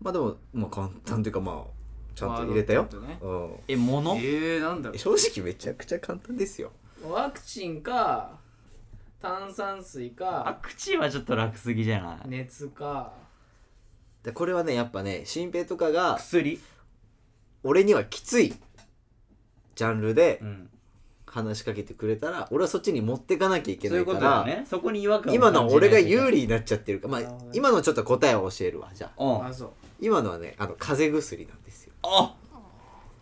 Speaker 1: まあでもまあ簡単というかまあちゃんと入れたよ
Speaker 2: ワー、ドってこ
Speaker 1: うん
Speaker 3: えも
Speaker 2: と
Speaker 3: の
Speaker 2: ねえーなんだろ
Speaker 1: 正直めちゃくちゃ簡単ですよ
Speaker 2: うワクチンか炭酸水
Speaker 3: あ
Speaker 2: か
Speaker 3: 口はちょっと楽すぎじゃない
Speaker 2: 熱か
Speaker 1: でこれはねやっぱね新平とかが
Speaker 3: 薬
Speaker 1: 俺にはきついジャンルで
Speaker 3: うん
Speaker 1: 話しかけてくれたら俺はそっちに持ってかなきゃいけ
Speaker 3: そ
Speaker 1: ない
Speaker 3: うい
Speaker 1: う
Speaker 3: こ
Speaker 1: か
Speaker 3: と
Speaker 1: ら
Speaker 3: だねそこに違和感を
Speaker 1: 今のは俺が有
Speaker 3: 利
Speaker 1: 利になっちゃってるから、
Speaker 2: なる
Speaker 1: ま
Speaker 2: ほ
Speaker 1: あ
Speaker 2: ど、ね
Speaker 1: 今のちょっと答えを教えるわじゃあ
Speaker 3: うん
Speaker 2: あそう
Speaker 1: 今のはねあの風邪薬なんですよ
Speaker 3: あ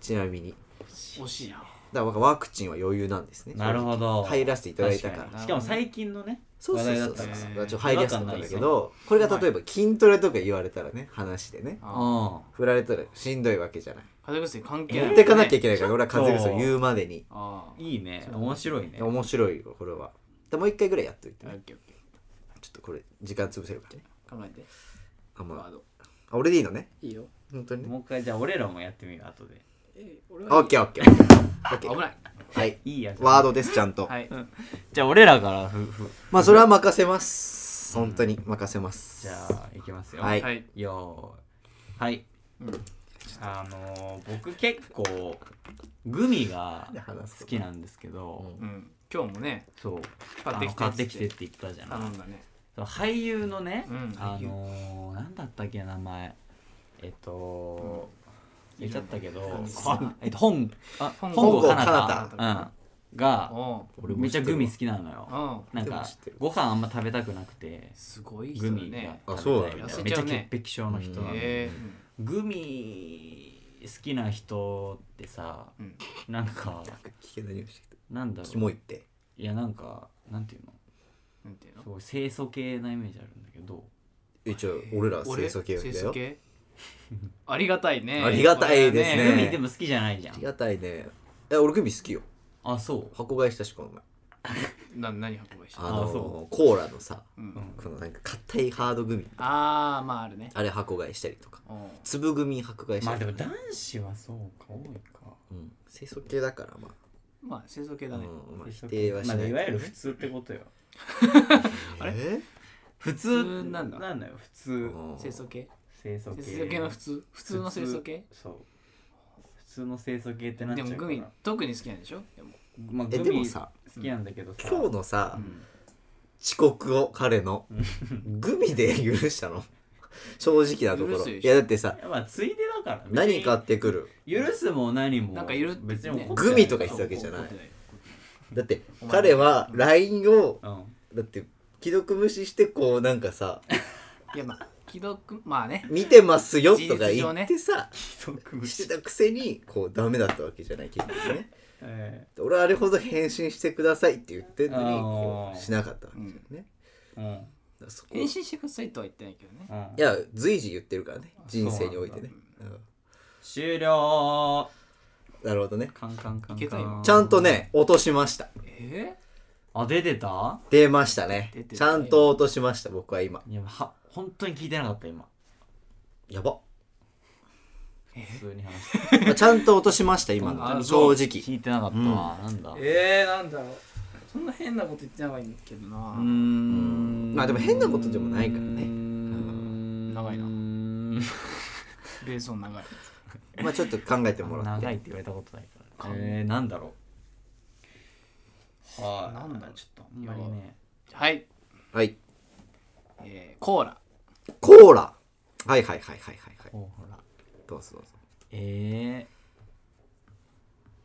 Speaker 1: ちなみに
Speaker 2: 惜しいな
Speaker 1: だからワクチンは余裕なんですね
Speaker 3: なるほど
Speaker 1: 入らせていただいたから
Speaker 3: 確にしかも最近のね
Speaker 1: そうそうそう
Speaker 3: 話題だ
Speaker 1: そ
Speaker 3: っ
Speaker 1: う
Speaker 3: た
Speaker 2: ね
Speaker 1: だからちょっと入りやすかったんだけどこ
Speaker 2: 違和
Speaker 1: れ
Speaker 2: 感な
Speaker 1: が例
Speaker 2: い
Speaker 1: えば筋トレとか言われたらね話でね
Speaker 2: あ
Speaker 3: あ
Speaker 1: 振られたらしんどいわけじゃない
Speaker 2: 風邪薬関係ない
Speaker 1: 持ってかなきゃいけないから俺は風邪薬を言うまでに
Speaker 2: ああ
Speaker 3: いいね
Speaker 2: そうだね
Speaker 3: 面白いね
Speaker 1: 面白いよこれはでもう一回ぐらいやっといて
Speaker 2: オ
Speaker 1: ね
Speaker 2: ッケーオッケ
Speaker 1: ちょっとこれ時間潰せるからね
Speaker 2: ー考えて
Speaker 1: あん
Speaker 2: ワ
Speaker 1: ま
Speaker 2: ード
Speaker 1: あ俺でいいのね
Speaker 2: いいよ
Speaker 1: 本当にね
Speaker 3: もう一回じゃあ俺らもやってみよう後で
Speaker 2: え俺
Speaker 1: オッ
Speaker 2: いい
Speaker 1: ケーオッケーオッケ
Speaker 2: 危
Speaker 1: ー
Speaker 2: ない
Speaker 1: はい
Speaker 3: いいやじゃあ
Speaker 1: ワードですちゃんと
Speaker 2: はい
Speaker 3: じゃあ俺らからふふ
Speaker 1: まあそれは任せます本当に任せます
Speaker 3: じゃあいきますよ
Speaker 1: はい
Speaker 2: はい
Speaker 3: よーいはい、
Speaker 2: うん
Speaker 3: あのー、僕結構グミが
Speaker 1: 話す
Speaker 3: 好きなんですけど、
Speaker 1: うん
Speaker 2: うん今日もね
Speaker 3: そう
Speaker 2: 買ってきて
Speaker 3: あの買ってきてって言ったじゃない
Speaker 2: 頼んだね
Speaker 3: そう俳優のね、
Speaker 2: うん
Speaker 3: あのー、なんだったっけ名前えっと、言っちゃったけど、
Speaker 2: うん
Speaker 3: あえっと本あ
Speaker 2: 本
Speaker 3: 本
Speaker 2: 郷
Speaker 3: 郷
Speaker 1: か
Speaker 3: か
Speaker 1: な
Speaker 3: な
Speaker 1: た
Speaker 3: たうん、が
Speaker 2: お
Speaker 1: 俺も知って
Speaker 2: う
Speaker 1: るわ
Speaker 3: めっちゃグミ好きなのよ
Speaker 2: うん
Speaker 3: なん
Speaker 1: でも
Speaker 3: か
Speaker 1: 知ってる
Speaker 3: ご飯あんま食べたくなくて
Speaker 2: すごい
Speaker 3: グ
Speaker 2: 人だ
Speaker 3: ミが
Speaker 2: ね
Speaker 1: あそうなんだ
Speaker 3: 食べた
Speaker 2: 痩せちゃ
Speaker 3: いみたいうなめっち
Speaker 2: ね
Speaker 3: ゃ潔癖症の人なの、
Speaker 1: うん
Speaker 2: え
Speaker 3: グミ好きな人ってさ
Speaker 2: えうん
Speaker 3: なんか
Speaker 1: 危険な匂いしてき
Speaker 3: なんだろ
Speaker 1: たキ
Speaker 3: う
Speaker 1: モいって
Speaker 3: いやなんかなんていうの
Speaker 2: なんていうの
Speaker 3: すごい清楚系なイメージあるんだけど
Speaker 1: えじゃあ俺ら清楚系だ
Speaker 2: 清楚
Speaker 1: よ
Speaker 2: 系 ありがたいね
Speaker 1: ありがたいです
Speaker 2: こ
Speaker 1: ね
Speaker 2: れは
Speaker 3: グミでも好きじゃないじゃ
Speaker 1: あ
Speaker 3: ん
Speaker 1: りがたいねえ俺グミ好きよ
Speaker 3: あそう
Speaker 1: 箱買いしたしこの前
Speaker 2: な何運ばいした
Speaker 1: あの
Speaker 3: あそ
Speaker 1: ーコーラのさ
Speaker 2: うん
Speaker 1: このなんか硬いハードグミ
Speaker 2: ああまああるね
Speaker 1: あれ箱買いしたりとか
Speaker 2: うん
Speaker 1: 粒組迫害者、
Speaker 3: まあでも男子はそうか多いか
Speaker 1: うん、清楚系だからまあ、
Speaker 2: まあ清楚系だね
Speaker 1: うんまあ、否定はし
Speaker 3: ま
Speaker 1: な
Speaker 3: あ
Speaker 1: い、
Speaker 3: いわゆる普通ってことよ
Speaker 1: あれ、
Speaker 3: 普
Speaker 2: 普
Speaker 3: 通
Speaker 2: 通なんだ
Speaker 3: なんだよ普通
Speaker 1: うん
Speaker 2: 清楚系
Speaker 3: 清楚系
Speaker 2: 清楚系の普通普通の清楚系
Speaker 3: そう普通の清楚系ってなっ
Speaker 2: で
Speaker 3: ちゃう
Speaker 2: も
Speaker 3: か
Speaker 2: グ
Speaker 3: ら
Speaker 2: ミ特に好きなんでしょでも
Speaker 3: まあ、
Speaker 1: え
Speaker 3: グ
Speaker 1: でも
Speaker 3: ミ
Speaker 1: さ
Speaker 3: 好きなんだけどさ
Speaker 1: 今日のさ、
Speaker 2: うん
Speaker 1: 遅刻を彼のグミで許した の正直なところ
Speaker 2: 許すで
Speaker 1: い
Speaker 2: しょ
Speaker 1: やだってさ
Speaker 3: まあついでだから別に
Speaker 1: 何買ってくる
Speaker 3: 許すも何も
Speaker 2: なんかいる
Speaker 3: 別に怒ってない
Speaker 1: グミとか言ってたわけじゃない
Speaker 2: 怒って
Speaker 1: だって
Speaker 2: お前
Speaker 1: 彼は LINE を
Speaker 3: うん
Speaker 1: だって既読無視してこうなんかさ
Speaker 2: いやまあ既読まあね
Speaker 1: 「見てますよ」とか言ってさ、し
Speaker 3: して
Speaker 1: たくせにこうダメだったわけじゃない結局ね
Speaker 3: え
Speaker 1: 俺はあれほど返信してくださいって言ってんのに
Speaker 3: あー
Speaker 1: こうしなかったわけじゃんね、
Speaker 3: えうん
Speaker 1: だからそこ
Speaker 2: 返信してくださいとは言ってないけどね
Speaker 3: うん
Speaker 1: いや随時言ってるからね人生においてねな,、
Speaker 3: 終了
Speaker 1: うん、なるほどね
Speaker 3: カンカンカン
Speaker 2: いけた
Speaker 3: カ
Speaker 2: 今
Speaker 3: ン
Speaker 1: ちゃんとね落としました
Speaker 2: え
Speaker 3: あ出てた
Speaker 1: 出ましたね
Speaker 2: 出てた
Speaker 1: ちゃんと落としました僕は今
Speaker 3: いやは本当に聞いてなかった今
Speaker 1: やば、
Speaker 3: 普通に話して
Speaker 1: まあちゃんと落としました今
Speaker 2: あ
Speaker 1: の
Speaker 2: そ
Speaker 1: 正
Speaker 2: う
Speaker 1: 直
Speaker 3: 聞いてなかったわ、なんだ
Speaker 2: ー、えー、なんだろうそんな変なこと言ってないんだけどな
Speaker 3: うーん
Speaker 1: まあでも変なことでもないからね
Speaker 3: ね
Speaker 2: 長いな
Speaker 3: な
Speaker 2: ベース音長い
Speaker 1: まあちょっと考えてもらって
Speaker 3: 長いって言われたことないからえー、なんだろうはい
Speaker 2: なんだろう
Speaker 3: ちょっとあんまりね
Speaker 2: はい、
Speaker 1: はい
Speaker 2: えー、コーラ
Speaker 1: コーラはいはいはいはいはいはい
Speaker 3: おほら
Speaker 1: どうぞどうぞ
Speaker 3: え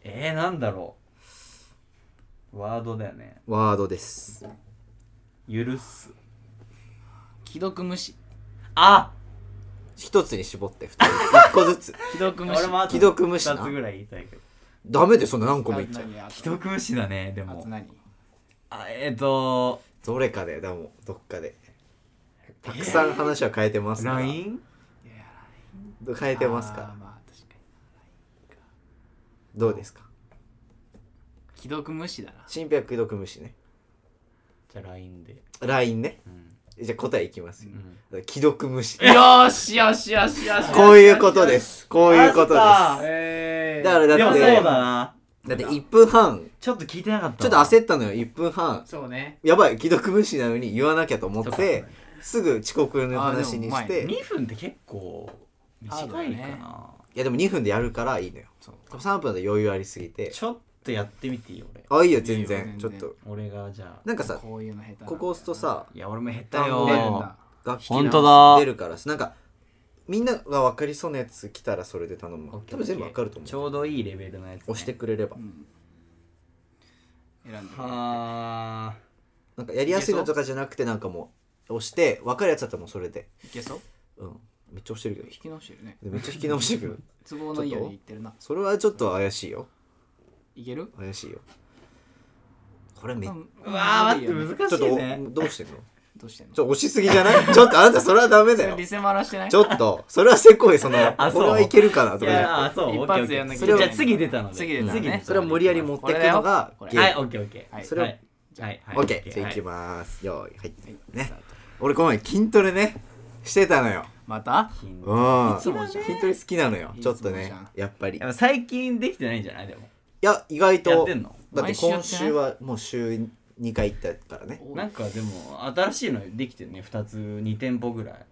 Speaker 3: ー、えー、なんだろうワードだよね
Speaker 1: ワードです
Speaker 3: 許す
Speaker 2: 既読無視
Speaker 3: あ
Speaker 1: 一つに絞って二人一個ずつ
Speaker 2: 既読無視
Speaker 3: 俺もあと
Speaker 1: 既読無視な
Speaker 3: 2つぐらい言いたいけど
Speaker 1: ダメでそんな何個もいっちゃう
Speaker 2: あ
Speaker 3: 既
Speaker 2: と何
Speaker 3: 読無視だねで
Speaker 2: あと
Speaker 3: も
Speaker 2: 何
Speaker 3: あえっ、ー、と
Speaker 1: どれかでだもどっかでたくさん話は変えてますから
Speaker 3: LINE?
Speaker 2: いや
Speaker 1: 変えてますか
Speaker 2: あ
Speaker 1: ら
Speaker 2: ーまあ確かに
Speaker 1: どうですか
Speaker 2: 既読無視だな
Speaker 1: 新白毒虫ね
Speaker 3: じゃあ LINE で
Speaker 1: LINE ね
Speaker 3: うん、
Speaker 1: じゃあ答えいきますよ
Speaker 3: うん、
Speaker 1: 既読無視
Speaker 2: よーしよしよしよし
Speaker 1: こういうことですこういうことです
Speaker 2: えー、
Speaker 1: だからだっ
Speaker 3: でも
Speaker 1: て
Speaker 3: そうだな
Speaker 1: だって1分半
Speaker 3: ちょっと聞いてなかった
Speaker 1: ちょっと焦ったのよ1分半
Speaker 2: そうね
Speaker 1: やばい既読無視なのに言わなきゃと思っ
Speaker 3: そうだ
Speaker 1: て
Speaker 3: ね
Speaker 1: すぐ遅刻の話にし
Speaker 2: あで
Speaker 1: て
Speaker 2: もうまいね
Speaker 3: 2分って結構短いか
Speaker 2: ハード
Speaker 3: な、
Speaker 1: いやでも2分でやるからいいのよ
Speaker 2: そう
Speaker 1: でも3分で余裕ありすぎて
Speaker 3: ちょっとやってみていい俺
Speaker 1: あいいよ全然
Speaker 2: いいよ全然
Speaker 1: ちょっと
Speaker 3: 俺がじゃあ
Speaker 1: なんかさ
Speaker 2: こういうの下手なんだよ
Speaker 1: ここ押すとさ
Speaker 3: いや俺も下手
Speaker 1: 単語
Speaker 3: よ
Speaker 1: 出
Speaker 2: 出
Speaker 1: る
Speaker 2: る
Speaker 1: んだ
Speaker 2: んだ
Speaker 1: 楽器
Speaker 3: 本当だ
Speaker 1: 出るからさなんかみんなが分かりそうなやつ来たらそれで頼むわ
Speaker 3: オッケー
Speaker 1: 多分全部分かると思う
Speaker 3: ちょうどいいレベルのやつ、ね、
Speaker 1: 押してくれれば
Speaker 2: うん選んでね
Speaker 3: はあ
Speaker 1: なんかやりやすいのとかじゃなくてなんかもう押して分かるやつだったらもうそれで
Speaker 2: いけそう
Speaker 1: うんめっちゃ押してるけど
Speaker 2: 引き直してるね
Speaker 1: でめっちゃ引き直してくる
Speaker 2: 都合のいいように言ってるな
Speaker 1: それはちょっと怪しいよ
Speaker 2: いける
Speaker 1: 怪しいよこれめ
Speaker 2: う
Speaker 1: っ
Speaker 2: ん
Speaker 3: うわー
Speaker 2: いい
Speaker 3: 待っ
Speaker 2: よ
Speaker 3: て
Speaker 2: ね
Speaker 3: 難
Speaker 1: ちょっ
Speaker 3: しい
Speaker 1: と
Speaker 3: ね
Speaker 1: おどうしてんの
Speaker 2: どうしてんの
Speaker 1: ちょ押しすぎじゃない ちょっとあなたそれはダメだ
Speaker 2: そ
Speaker 1: よ
Speaker 2: れリセマラしてない
Speaker 1: ちょっとそれはせこいその
Speaker 3: あそう
Speaker 1: これはいけるかなと
Speaker 3: い
Speaker 1: かじゃ
Speaker 3: や
Speaker 1: な
Speaker 3: あそう
Speaker 2: 一発でやんなきゃ
Speaker 3: オッ
Speaker 1: いけな
Speaker 3: ケーオッケーじゃ
Speaker 1: い
Speaker 3: あ次出たので
Speaker 2: 次出た
Speaker 1: く
Speaker 2: ね
Speaker 1: て
Speaker 2: 出
Speaker 1: う
Speaker 2: た
Speaker 1: んそれを無理やり持ってくのが
Speaker 2: これ
Speaker 1: ゲ
Speaker 2: だ
Speaker 3: は
Speaker 1: ー
Speaker 3: い
Speaker 1: ム
Speaker 3: オッケーオッケー
Speaker 2: はい
Speaker 1: それを
Speaker 3: はいはいはい
Speaker 1: オッケーじゃあいき
Speaker 3: ま
Speaker 1: ますよーいはい
Speaker 2: はい
Speaker 1: ね
Speaker 2: スタート
Speaker 1: 俺この前筋トレねしてたのよ
Speaker 2: また
Speaker 3: す
Speaker 1: うん
Speaker 2: つもじゃん
Speaker 1: 筋トレ好きなのよ
Speaker 2: い
Speaker 1: ち
Speaker 2: つ
Speaker 1: ょっ
Speaker 2: もじ
Speaker 1: と
Speaker 2: ゃん
Speaker 1: ねやっぱりい
Speaker 3: やっぱ最近できてないんじゃないでも
Speaker 1: や意外
Speaker 3: やっ
Speaker 1: と
Speaker 3: てんの
Speaker 1: だって
Speaker 2: 毎週
Speaker 1: 今
Speaker 2: やってない
Speaker 1: 週はもう週2回行ったからね
Speaker 2: お
Speaker 3: なんかでも新しいのできてるね2つ2店舗ぐらい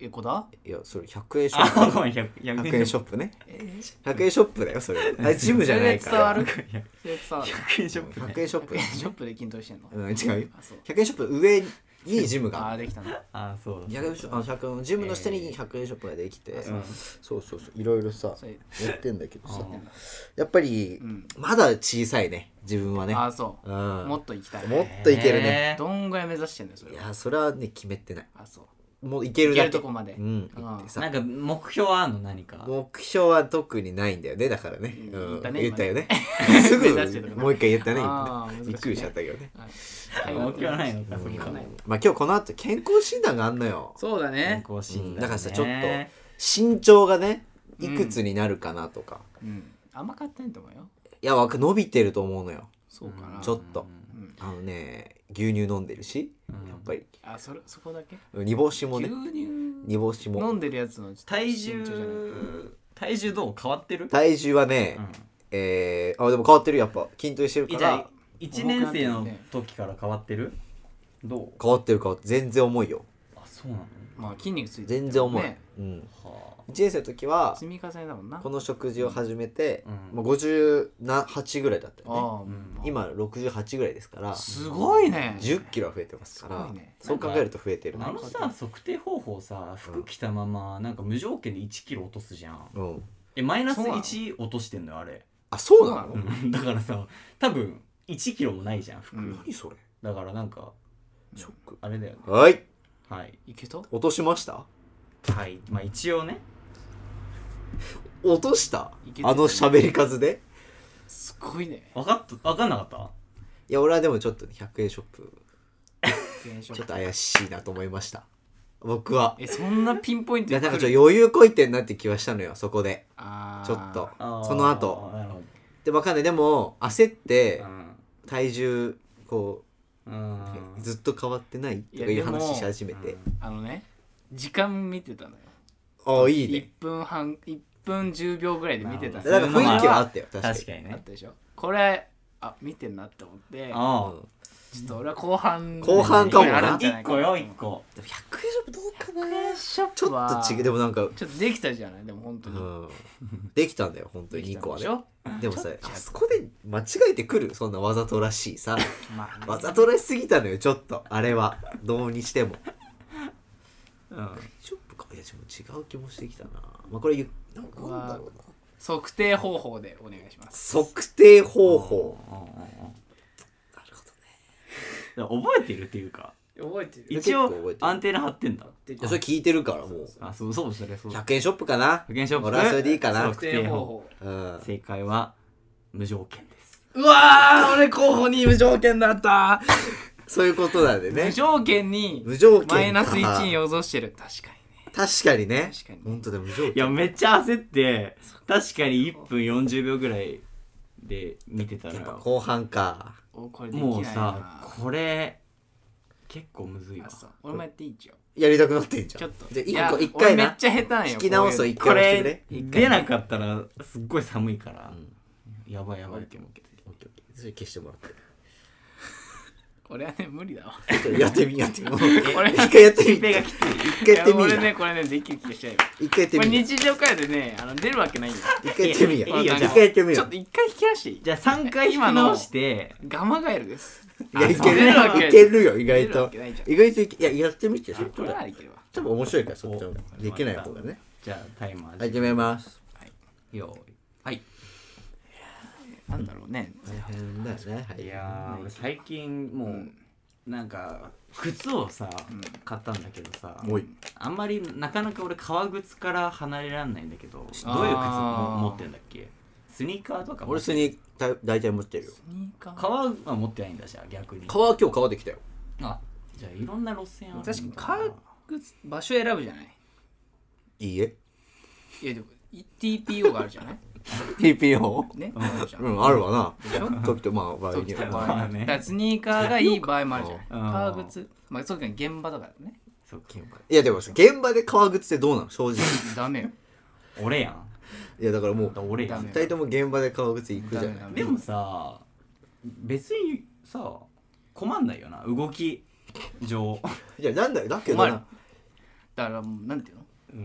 Speaker 2: えこだ
Speaker 1: いやそれ100円ショッ
Speaker 3: あ
Speaker 1: プ
Speaker 3: ごめん 100, 100
Speaker 1: 100円ショップね
Speaker 2: えー
Speaker 1: 100円ショップだよそれあれジムじゃないか
Speaker 2: それ
Speaker 1: ら
Speaker 2: で
Speaker 3: プ100
Speaker 2: それさ
Speaker 3: 円ショップね
Speaker 1: 100円ショップ
Speaker 2: 100円ショップで筋トレしてんの
Speaker 1: うん違うよ
Speaker 2: あそう
Speaker 1: 100円ショップ上にジム
Speaker 2: あ
Speaker 1: が
Speaker 2: ーできたな
Speaker 3: あそう
Speaker 1: 100円ショップあ100円ジムの下に100円ショップができて、そうそうそういろいろさ
Speaker 2: それ
Speaker 1: やってんだけどさ
Speaker 3: うん
Speaker 1: やっぱり、
Speaker 2: うん
Speaker 1: まだ小さいね自分はね
Speaker 2: あーそううんも
Speaker 1: も
Speaker 2: っと行きたい
Speaker 1: っといけるね
Speaker 3: えー
Speaker 2: どんぐらい目指してんのよそ
Speaker 1: い
Speaker 2: れは
Speaker 1: やそれはね決めてない
Speaker 2: あそう
Speaker 1: もういける
Speaker 2: い
Speaker 1: だ
Speaker 2: け
Speaker 1: け
Speaker 2: るとこまで
Speaker 1: うん
Speaker 2: うん
Speaker 1: 行って
Speaker 3: な
Speaker 1: さ
Speaker 3: んか目標はあんの何か
Speaker 1: 目標は特にないんだよねだからね,、
Speaker 2: うん
Speaker 1: うん
Speaker 2: 言ったね
Speaker 1: 言ったよね
Speaker 2: 今ね
Speaker 1: すぐ
Speaker 2: 目指してたから
Speaker 1: もう一回言ったね
Speaker 2: あ
Speaker 1: 今
Speaker 2: ー難しい
Speaker 1: び
Speaker 2: ね
Speaker 1: っくりしちゃったけどね、
Speaker 2: はい
Speaker 3: 目標はないのか
Speaker 1: うん
Speaker 3: そっか
Speaker 2: ない
Speaker 1: まあ今日この後健康診断があんのよ
Speaker 2: そうだね
Speaker 3: 健康診断ね
Speaker 1: だからさちょっと身長がねいくつになるかなとか、
Speaker 2: うん甘かったんと思うよ
Speaker 1: いやわか伸びてると思うのよ
Speaker 2: そうかな
Speaker 1: ちょっと
Speaker 2: うん
Speaker 1: あのね牛乳飲んでるし、
Speaker 3: うん
Speaker 1: やっぱり
Speaker 2: あそれそこだけ
Speaker 1: 煮干しも
Speaker 2: 牛
Speaker 1: ね
Speaker 2: 乳
Speaker 1: 煮干し
Speaker 2: 飲
Speaker 1: も
Speaker 2: んでるやつの
Speaker 3: 体
Speaker 2: 身長じゃない
Speaker 3: 重体重どう変わってる
Speaker 1: 体重はね、えー、あでも変わってるやっぱ筋トレしてるか
Speaker 3: えじゃ
Speaker 1: ら
Speaker 3: あ1年生の時から変わってるどう
Speaker 1: 変わってる変わってる全然重いよ
Speaker 3: あそそうなの
Speaker 2: まあ筋肉ついてる
Speaker 1: 全然重い、
Speaker 2: ね
Speaker 1: うん、
Speaker 3: はあ
Speaker 1: 1年生の時は
Speaker 2: 積み重ねだもんな
Speaker 1: この食事を始めて、
Speaker 3: うん
Speaker 1: まあ、58ぐらいだった
Speaker 2: ああ
Speaker 1: よね、
Speaker 2: うん
Speaker 1: 今68ぐらいですから
Speaker 2: すごいね
Speaker 1: 1 0キロは増えてますから
Speaker 2: すごいね
Speaker 1: そう考えると増えてる
Speaker 3: あ
Speaker 1: な
Speaker 3: のさ測定方法さ服着たままなんか無条件で1キロ落とすじゃん
Speaker 1: うん
Speaker 3: えマイナス
Speaker 2: そうなの
Speaker 3: 1落としてんのよあれ、
Speaker 1: あそうなの
Speaker 2: そうな
Speaker 3: だからさ多分1キロもないじゃん服、
Speaker 2: うん
Speaker 1: 何それ
Speaker 3: だからなんか
Speaker 1: ショック
Speaker 3: あれだよね
Speaker 1: はい
Speaker 3: はい
Speaker 2: いけた
Speaker 1: 落としました
Speaker 3: はいまあ一応ね
Speaker 1: 落とした
Speaker 2: いけてた
Speaker 1: あの喋り数です
Speaker 2: ごいね
Speaker 3: 分かった分かんなかった
Speaker 1: いや俺はでもちょっとね100円ショップ
Speaker 2: 現象
Speaker 1: ちょっと怪しいなと思いました僕は
Speaker 2: えそんなピンポイント
Speaker 1: いやなんかちょっ
Speaker 2: っ
Speaker 1: と余裕こいてんなって気はしたのよそこでち
Speaker 2: ち
Speaker 1: ょっと
Speaker 3: あー
Speaker 1: その後
Speaker 3: なるほ
Speaker 1: でわかんないでも焦って
Speaker 3: ど
Speaker 1: 体重こ
Speaker 3: うん
Speaker 1: うずっと変わってないとかいう話し始めて
Speaker 2: あのね時間見てたのよ
Speaker 1: ああいい
Speaker 2: 1
Speaker 1: ね
Speaker 2: 分半1分10秒ぐらいで見てた
Speaker 3: なるほど
Speaker 1: なんか雰囲気はあったよ確かに
Speaker 3: 確かに
Speaker 2: あっ
Speaker 3: ね
Speaker 2: たでしょこれあ見てんなって思って
Speaker 3: ああ
Speaker 2: ちょっと俺は後半
Speaker 1: 後半かもな
Speaker 2: あるんじゃな
Speaker 3: 1
Speaker 2: いか
Speaker 3: 個よ1個
Speaker 1: でも100円ショップどうかな
Speaker 2: ショッ
Speaker 1: ち
Speaker 2: プは
Speaker 1: ょっと違うでもなんか
Speaker 2: ちょっとできたじゃないでも本当
Speaker 1: う
Speaker 2: に、
Speaker 1: んできたんだよ本当
Speaker 2: で
Speaker 1: に
Speaker 2: き
Speaker 1: 2
Speaker 2: た
Speaker 1: 個
Speaker 2: ん
Speaker 1: は
Speaker 2: で
Speaker 1: ね
Speaker 2: しょ
Speaker 1: でもさ
Speaker 2: ちょっ
Speaker 1: あ
Speaker 2: と
Speaker 1: そこで間違えてくるそんなわざとらしいさ
Speaker 2: まあね
Speaker 1: わざとらしすぎたのよちょっとあれはどうにしても
Speaker 3: うん
Speaker 1: ショップかいやでも違う気もしてきたなまあこれゆなんかなんだろうな
Speaker 2: 測定方法でお願いします
Speaker 1: 測定方法
Speaker 3: うんうんうん
Speaker 1: なるほどね
Speaker 3: だから覚えてるっていうか
Speaker 2: 覚えて
Speaker 1: る
Speaker 3: 一
Speaker 1: 結構覚え
Speaker 3: 応
Speaker 1: てる
Speaker 3: アンテナ張ってんだ
Speaker 1: いやそれ聞いてるからもう
Speaker 3: あそうそうそれそう
Speaker 1: 100円ショップかな
Speaker 3: 100円ショップ
Speaker 1: 俺はそれでいいかな
Speaker 3: そう
Speaker 2: 測定方法
Speaker 1: うん
Speaker 3: 正解は無条件です
Speaker 2: うわー俺候補に無条件だった、
Speaker 1: そういうことなんで
Speaker 2: 無
Speaker 1: ね
Speaker 2: 条件に
Speaker 1: 無条件か
Speaker 2: マイナス1に予想してる確かにね
Speaker 1: 確かにね
Speaker 2: 確かに
Speaker 1: 本当で無条
Speaker 3: いや
Speaker 1: 件
Speaker 3: めっちゃ焦って確かに1分40秒ぐらいで見てた
Speaker 1: やっぱ
Speaker 3: ら
Speaker 1: 後半か
Speaker 2: おこれできないな
Speaker 3: もうさこれ結構むずいわ
Speaker 2: あそう俺もやっていいじゃん
Speaker 1: やりたくなってんじゃん
Speaker 2: ちょっと
Speaker 1: じゃあ
Speaker 2: いや
Speaker 1: 一個一回
Speaker 2: 俺め
Speaker 1: な
Speaker 2: っちゃ下手なんよ
Speaker 1: 引き直そう
Speaker 2: こういう
Speaker 1: 一
Speaker 3: こ
Speaker 1: 回押してく
Speaker 3: れ
Speaker 1: れ
Speaker 3: 出なかったらすっごい寒いから
Speaker 1: ん
Speaker 3: やばいやばい
Speaker 2: オッケーオッケ
Speaker 1: オッケーオッケーそれ消してもらって
Speaker 2: 俺はね無理だわ
Speaker 1: ちょっとやってみやってみ
Speaker 2: 俺
Speaker 1: 一回やってみ
Speaker 3: 一平がきつい
Speaker 1: 一回やってみ
Speaker 2: いや
Speaker 1: や
Speaker 2: 俺ねこれねできる気がしちゃうよ
Speaker 1: 一回やって
Speaker 2: これ
Speaker 1: みや
Speaker 2: 日常会でねあの出るわけないんだよ
Speaker 1: 一回やってみや
Speaker 3: いいよ
Speaker 1: 一回やってみ
Speaker 2: ちょ
Speaker 1: や
Speaker 2: っと一回引き出していい
Speaker 3: じゃあ3回今直して
Speaker 2: ガマガエルです
Speaker 1: いやいけ
Speaker 2: 出るわけ
Speaker 1: るいけるよ意外
Speaker 2: 出るわ
Speaker 1: と
Speaker 2: けないじゃん
Speaker 1: 意外といけいややってみてそっち
Speaker 2: こ
Speaker 1: の方
Speaker 2: れな
Speaker 1: が
Speaker 2: らいけるわ
Speaker 1: 多分面白いからそっちの方
Speaker 3: お
Speaker 1: ができない方がね
Speaker 3: じゃあタイマー
Speaker 1: はい決めます
Speaker 3: すよーい
Speaker 2: なんだろうね
Speaker 1: 大変だよねはいい
Speaker 3: やー俺最近もうなんか靴をさ買ったんだけどさ
Speaker 1: おい
Speaker 3: あんまりなかなか俺革靴から離れらんないんだけどどういう靴
Speaker 2: あー
Speaker 3: も持ってんだっけスニーカーとか
Speaker 1: 俺スニーカー大体持ってるよ
Speaker 2: スニーカー
Speaker 3: 革は持ってないんだじゃあ逆に
Speaker 1: 革は今日革できたよ
Speaker 3: あじゃあいろんな路線あるんだ
Speaker 2: 確かに革靴場所選ぶじゃない
Speaker 1: いいえ
Speaker 2: いやでも TPO があるじゃない
Speaker 1: TPO?
Speaker 2: ねあるじゃん
Speaker 1: うんあるわな
Speaker 2: でしょ
Speaker 1: 時とまあ場合
Speaker 2: そう
Speaker 1: に
Speaker 2: 来
Speaker 1: よる
Speaker 2: た
Speaker 1: ま
Speaker 2: 場
Speaker 1: あ
Speaker 2: 合
Speaker 3: ね
Speaker 2: だからスニーカーがいい場合もあるじゃない
Speaker 3: うん
Speaker 2: 革靴まあ特に現場とかだね
Speaker 3: そうか
Speaker 1: いやでも現場で革靴ってどうなの正直
Speaker 2: ダメよ
Speaker 3: 俺やん
Speaker 1: いやだからもう
Speaker 3: 俺や
Speaker 2: ダ
Speaker 3: ん
Speaker 2: メ
Speaker 1: 二人とも現場で革靴行くじゃ
Speaker 2: ダメダ
Speaker 1: な
Speaker 2: メ
Speaker 1: い
Speaker 3: でもさ別にさ困んないよな動き上
Speaker 1: いやなんだよだけど
Speaker 2: 困る
Speaker 1: な
Speaker 2: だからもうなんていうの、
Speaker 3: ん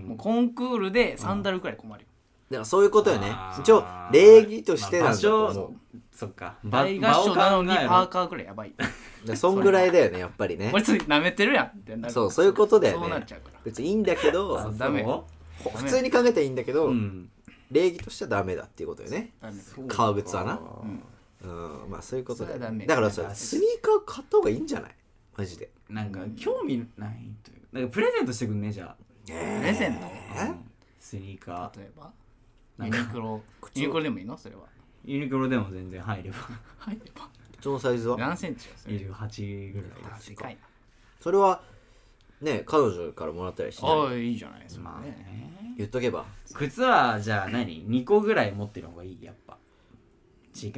Speaker 2: もうコンクールでサンダルくらい困るよ、
Speaker 1: だからそういうことよね
Speaker 3: あー
Speaker 1: 一応礼儀としてなんだと
Speaker 3: ま
Speaker 1: 思う
Speaker 3: あ場所そっか
Speaker 2: 大合唱なのに
Speaker 3: 場を考えろ
Speaker 2: パーカーくらいやばい
Speaker 1: だからそんぐらいだよねやっぱりね
Speaker 2: 俺つい舐めてるやんってなる
Speaker 1: そうそういうことだよね
Speaker 2: そうなっちゃうから
Speaker 1: 別にいいんだけど
Speaker 3: あ
Speaker 2: うダメ
Speaker 3: そ
Speaker 1: ほ普通に考えたらいいんだけど、
Speaker 3: ううん
Speaker 1: 礼儀としてはダメだっていうことよね
Speaker 2: ダメ
Speaker 1: 革靴はな
Speaker 2: うん
Speaker 1: うんまあそういうことだよ
Speaker 2: それはダメ
Speaker 1: ねだからさスニーカー買った方がいいんじゃないマジで
Speaker 3: なんか興味ないというなんかプレゼントしてくんねじゃ
Speaker 2: プレゼント
Speaker 3: あうんスニーカー
Speaker 2: 例えば
Speaker 3: な
Speaker 2: ユ
Speaker 3: んか
Speaker 2: ニクロユニクロでもいいのそれは
Speaker 3: ユニクロでも全然入れば
Speaker 2: 入れば
Speaker 1: そのサイズは
Speaker 2: 何センチよそれ
Speaker 3: 28ぐらい
Speaker 2: あでかい
Speaker 1: それはね彼女からもらったりし
Speaker 2: な
Speaker 1: ない
Speaker 2: ああいいじゃないです
Speaker 3: ま
Speaker 2: か
Speaker 3: あ
Speaker 2: ね
Speaker 3: ね
Speaker 1: 言っとけば
Speaker 3: 靴はじゃあ何2個ぐらい持ってる方がいいやっぱ違う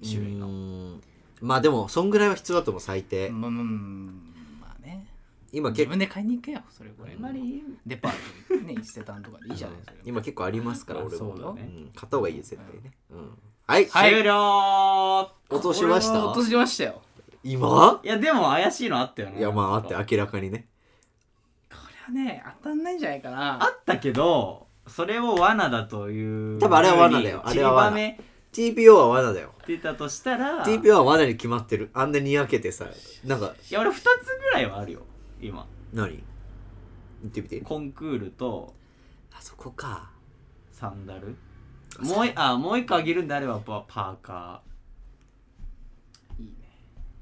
Speaker 3: 種類
Speaker 1: う
Speaker 3: の
Speaker 1: んまあでもそんぐらいは必要だと思う最低、
Speaker 2: まあまあまあね
Speaker 1: 今
Speaker 2: 自
Speaker 1: 結構
Speaker 2: 分で買いに行けよそれぐらい
Speaker 3: あんまり
Speaker 2: デパートにね伊勢丹とかでいいじゃないですか
Speaker 1: 今結構ありますから
Speaker 3: まあ
Speaker 1: 俺も
Speaker 3: そうだね
Speaker 1: ん、買った方がいいよ絶対ね、うん、はい、
Speaker 2: はい
Speaker 3: 終了
Speaker 1: 落としました
Speaker 2: 落としましたよ
Speaker 1: 今
Speaker 3: いやでも怪しいのあったよない
Speaker 1: やまああって明らかにね
Speaker 2: はね当たんないんじゃないかな
Speaker 3: あったけどそれを罠だという
Speaker 1: 多分あれは罠だよ
Speaker 3: ふうに
Speaker 1: あれは罠
Speaker 3: 散りばめ
Speaker 1: TPO は罠だよ
Speaker 3: てたとしたら
Speaker 1: TPO は罠に決まってるあんなにやけてさなんか
Speaker 3: いや俺2つぐらいはあるよ今
Speaker 1: 何言ってみて
Speaker 3: コンクールと
Speaker 1: あそこか
Speaker 3: サンダルもういあもう一個あげるんであればパパーカ
Speaker 2: いいね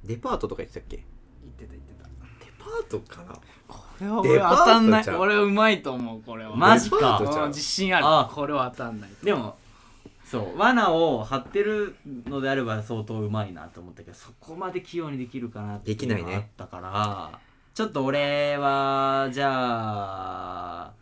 Speaker 1: デパートとか言ってたっけデ
Speaker 2: 言ってた言ってた
Speaker 1: パートかな
Speaker 2: これは
Speaker 1: デ
Speaker 2: 俺
Speaker 1: パート
Speaker 2: 当たんない
Speaker 1: ちゃう
Speaker 2: 俺はうまいと思うこれは
Speaker 3: マジか
Speaker 1: デパートちゃ
Speaker 2: うん
Speaker 1: う
Speaker 2: 自信ある
Speaker 3: あ
Speaker 2: これは当たんない
Speaker 3: ーでもそう罠を張ってるのであれば相当うまいなと思ったけどそこまで器用にできるかなっていうの
Speaker 1: できない
Speaker 3: が
Speaker 1: ね
Speaker 3: あったからちょっと俺はじゃあ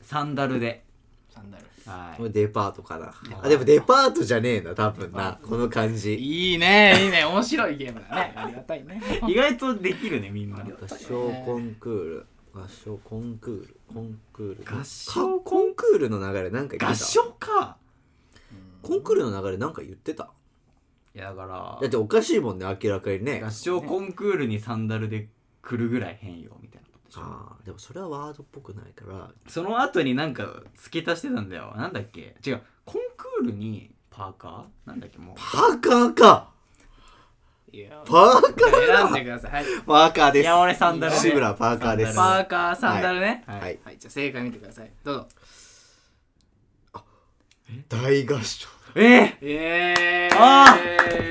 Speaker 3: サンダルで
Speaker 2: サンダル
Speaker 3: は
Speaker 1: 俺
Speaker 3: い
Speaker 1: デパートかな
Speaker 3: パート
Speaker 1: あでもデパートじゃねえな多分なこの感じ
Speaker 2: いいねいいね面白いゲームだねありがたいね
Speaker 3: 意外とできるねみんな
Speaker 1: 合唱コンクール合唱コンクールコンクール
Speaker 3: 合唱
Speaker 1: コンクールの流れなんか言
Speaker 3: 合
Speaker 1: ってた
Speaker 3: 唱か
Speaker 1: コンクールの流れなんか言ってた
Speaker 3: いやだか
Speaker 1: だっておかしいもんね明らかにね
Speaker 3: ら合唱コンクールにサンダルで来るぐらい変よみたいなことでしょ
Speaker 1: あーでもそれはワードっぽくないから
Speaker 3: その後になんか付け足してたんだよなんだっけ違うコンクールにパーカーなんだっけもう
Speaker 1: パーカーか
Speaker 2: いや
Speaker 1: パーカー
Speaker 2: 選んでくださいはい
Speaker 1: パーカーです
Speaker 3: いや俺サンダルね
Speaker 1: 志村パーカーです
Speaker 2: パ
Speaker 1: は
Speaker 2: ーカーサンダルね
Speaker 1: い、
Speaker 3: はい
Speaker 2: はいじゃあ正解見てくださいどうぞ
Speaker 1: 大合唱
Speaker 3: え
Speaker 2: えー
Speaker 3: あ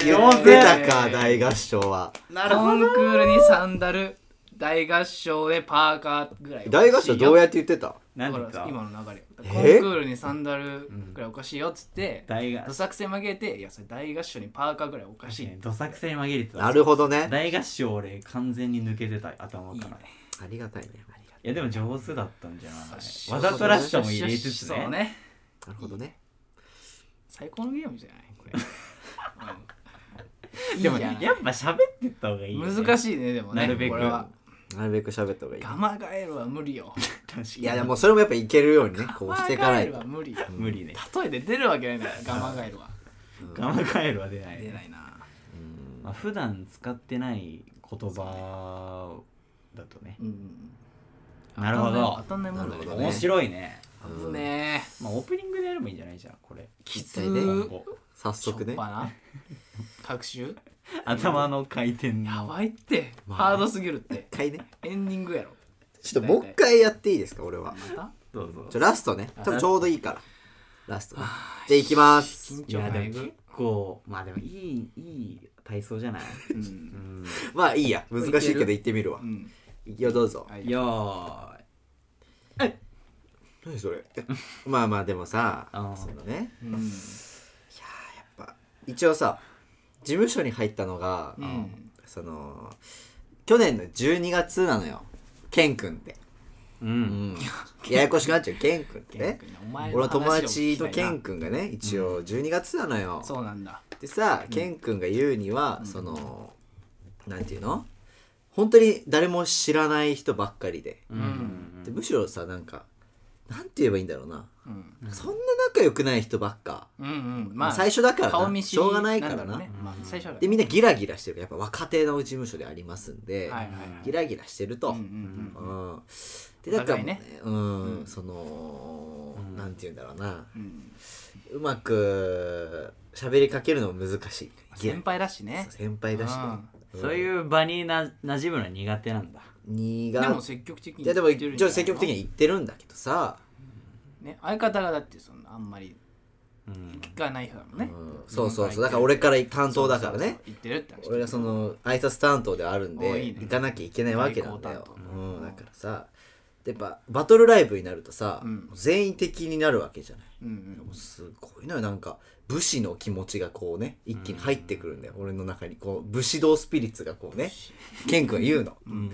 Speaker 1: 言
Speaker 3: 上
Speaker 1: っ
Speaker 3: 手
Speaker 1: てたか大合唱は
Speaker 3: ー、な
Speaker 2: コンクールにサンダル大合唱でパーカーぐらい
Speaker 1: 大合唱どうやって言ってた
Speaker 3: 何か
Speaker 2: 今の流れコンク
Speaker 1: え
Speaker 2: ールにサンダルぐらいおかしいよっつって
Speaker 3: 大合
Speaker 2: ど
Speaker 3: 唱
Speaker 2: さくせ紛れていやそれ大合唱にパーカーぐらいおかしい
Speaker 3: どさくさに紛れてた
Speaker 1: なるほどね
Speaker 3: 大合唱俺完全に抜けてた頭からい
Speaker 2: いいね
Speaker 1: ありがたいね
Speaker 3: やでも上手だったんじゃないわ
Speaker 1: うそう
Speaker 3: ざとらしさも入れつつ
Speaker 2: そう
Speaker 3: ね
Speaker 2: ね
Speaker 1: なるほどね
Speaker 2: 最高のゲームじゃないこれ、 うん
Speaker 3: でも
Speaker 2: いいじゃ
Speaker 3: ね
Speaker 2: ない
Speaker 3: やっぱ喋ってった方がいいよね
Speaker 2: 難
Speaker 3: い
Speaker 2: しいねでもね
Speaker 3: なるべく
Speaker 2: これは
Speaker 1: なるべく喋った方がいい
Speaker 2: ガマガエルは無理よ
Speaker 1: いやでもそれもやっぱいけるようにねこうしていかない
Speaker 2: ガ
Speaker 1: と
Speaker 2: マガエルは無理よ
Speaker 3: 無理ね
Speaker 2: 例えで出るわけないんだからガマガエルは
Speaker 3: ガマガエルは出ない
Speaker 2: 出ないな
Speaker 3: まあ、普段使ってない言葉だとね
Speaker 2: うん
Speaker 3: なるほど
Speaker 2: 当たんないもんだ
Speaker 1: なるほど
Speaker 2: ね
Speaker 3: 面白いね
Speaker 2: 危ねえ
Speaker 3: まあオープニングでやればいいんじゃないじゃんこれ
Speaker 2: きつ
Speaker 1: 一体ね
Speaker 2: ー
Speaker 1: 早速ね
Speaker 2: しょっぱな各種
Speaker 3: 頭の回転
Speaker 2: や
Speaker 3: の
Speaker 2: ばいって、
Speaker 1: まあね
Speaker 2: ハードすぎるって
Speaker 1: 一回ね
Speaker 2: エンディングやろ
Speaker 1: ちょっともう一回やっていいですか俺は
Speaker 2: ま
Speaker 3: どうぞ
Speaker 1: ちょラストね多分ちょうどいいからラストねじゃあいきます
Speaker 2: た緊
Speaker 3: い
Speaker 2: 張
Speaker 3: やで
Speaker 2: 感
Speaker 3: も
Speaker 2: え
Speaker 3: 結
Speaker 2: ぐ
Speaker 3: 構まあでもいいいい体操じゃない、
Speaker 2: う
Speaker 3: うんん、
Speaker 1: まあいいや難しいけど行ってみるわ
Speaker 2: うん
Speaker 1: いやどうぞ
Speaker 2: はい
Speaker 3: よーい
Speaker 1: 何それまあまあでもさ
Speaker 3: あー
Speaker 1: そのね
Speaker 2: うん
Speaker 1: やっぱ一応さ事務所に入ったのが、
Speaker 2: うん
Speaker 1: その去年の12月なのよケン君って、
Speaker 3: う
Speaker 1: うんん、ややこしくなっちゃうケン君ってね
Speaker 2: お前
Speaker 1: 俺の友
Speaker 2: 話を聞
Speaker 1: 達
Speaker 2: きた
Speaker 1: の
Speaker 2: いな
Speaker 1: ケン君がね一応12月なのよ、
Speaker 2: そうなんだ
Speaker 1: でさケン君が言うには、そのなんていうの本当に誰も知らない人ばっかりで
Speaker 3: うんうん
Speaker 1: でむしろさなんかなんて言えばいいんだろうな、
Speaker 2: うん
Speaker 1: そんな仲良くない人ばっか
Speaker 2: うんうん
Speaker 1: ま
Speaker 2: まあ
Speaker 1: あ、最初だからな
Speaker 2: 顔見知り
Speaker 1: しょうがないから
Speaker 2: んだろ
Speaker 1: な
Speaker 2: うねまあ最初は
Speaker 1: でみんなギラギラしてるやっぱ若手の事務所でありますんで、
Speaker 2: はいはい
Speaker 1: ギラギラしてると、
Speaker 2: うんうんうん
Speaker 1: うんで
Speaker 2: お
Speaker 1: だから
Speaker 2: 互いね
Speaker 1: うん、
Speaker 2: うん
Speaker 1: その、
Speaker 3: うん
Speaker 1: なんて言うんだろうな
Speaker 2: うん
Speaker 1: うまく喋りかけるのも難しいギラ
Speaker 2: 先輩だしね
Speaker 1: そう先輩だし、
Speaker 3: うんそういう場にな馴染むのは苦手なんだ
Speaker 1: 苦
Speaker 2: でも積極的に
Speaker 1: いやでも
Speaker 2: 言ってるん
Speaker 1: 一
Speaker 2: じゃ
Speaker 1: 応
Speaker 2: ない
Speaker 1: 積極的に言ってるんだけどさ、
Speaker 2: ね相方がだってそんなあんまり
Speaker 3: うん
Speaker 2: 聞かない人だもんね
Speaker 1: うんそうそうそうだから俺から担当だからね
Speaker 2: そうそうそう言ってるって話
Speaker 1: 俺がその挨拶担当であるん
Speaker 2: おー
Speaker 1: で
Speaker 2: いいね
Speaker 1: 行かなきゃいけないわけなんだよ
Speaker 2: 代行、
Speaker 1: うん、だからさやっぱバトルライブになるとさ、
Speaker 2: うん
Speaker 1: 全員的になるわけじゃない
Speaker 2: うんうん
Speaker 1: もうすごいのよなんか武士の気持ちがこうね一気に入ってくるんだよ、俺の中にこう武士道スピリッツがこうねケン君が言うの
Speaker 3: うん
Speaker 2: 武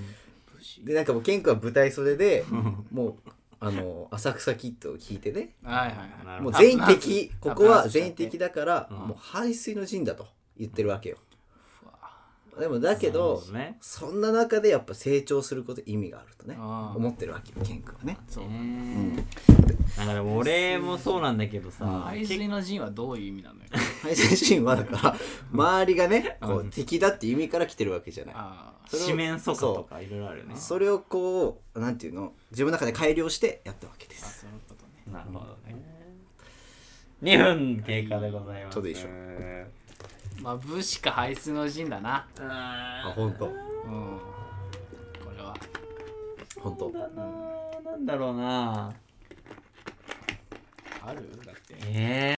Speaker 2: 士
Speaker 1: でなんかもうケン君は舞台袖 でもうあの浅草キッドを聞いてね
Speaker 2: はいはいはい
Speaker 3: なる
Speaker 1: も
Speaker 3: ほ
Speaker 1: う
Speaker 3: ど
Speaker 1: 全員敵
Speaker 2: 危な
Speaker 1: こ
Speaker 2: い
Speaker 1: こは全員敵だから
Speaker 3: うん
Speaker 1: もう排水の陣だと言ってるわけよ、
Speaker 2: うわ
Speaker 1: でもだけど
Speaker 3: そうね
Speaker 1: そんな中でやっぱ成長すること意味があるとね
Speaker 2: あー
Speaker 1: 思ってるわけよ健君はね
Speaker 2: そう
Speaker 3: ねなんかでも俺もそうなんだけどさ
Speaker 2: 排水の陣はどういう意味な のよ
Speaker 1: 配信シーンはだから周りがねこ
Speaker 3: う
Speaker 1: うん敵だって意味から来てるわけじゃない
Speaker 2: ああ
Speaker 1: それを
Speaker 3: 四面楚歌とかいろいろあるよね
Speaker 1: それをこうなんていうの自分の中で改良してやったわけで
Speaker 2: あ
Speaker 1: す
Speaker 2: そういうことね
Speaker 3: なるほどね2分経過でございます
Speaker 1: ちょうどいいでしょ
Speaker 2: まあ武士か排水の陣だな
Speaker 1: あ
Speaker 3: あ
Speaker 1: 本当
Speaker 2: うんこれは
Speaker 1: 本当
Speaker 3: だななんだろうな
Speaker 2: あるだって
Speaker 3: え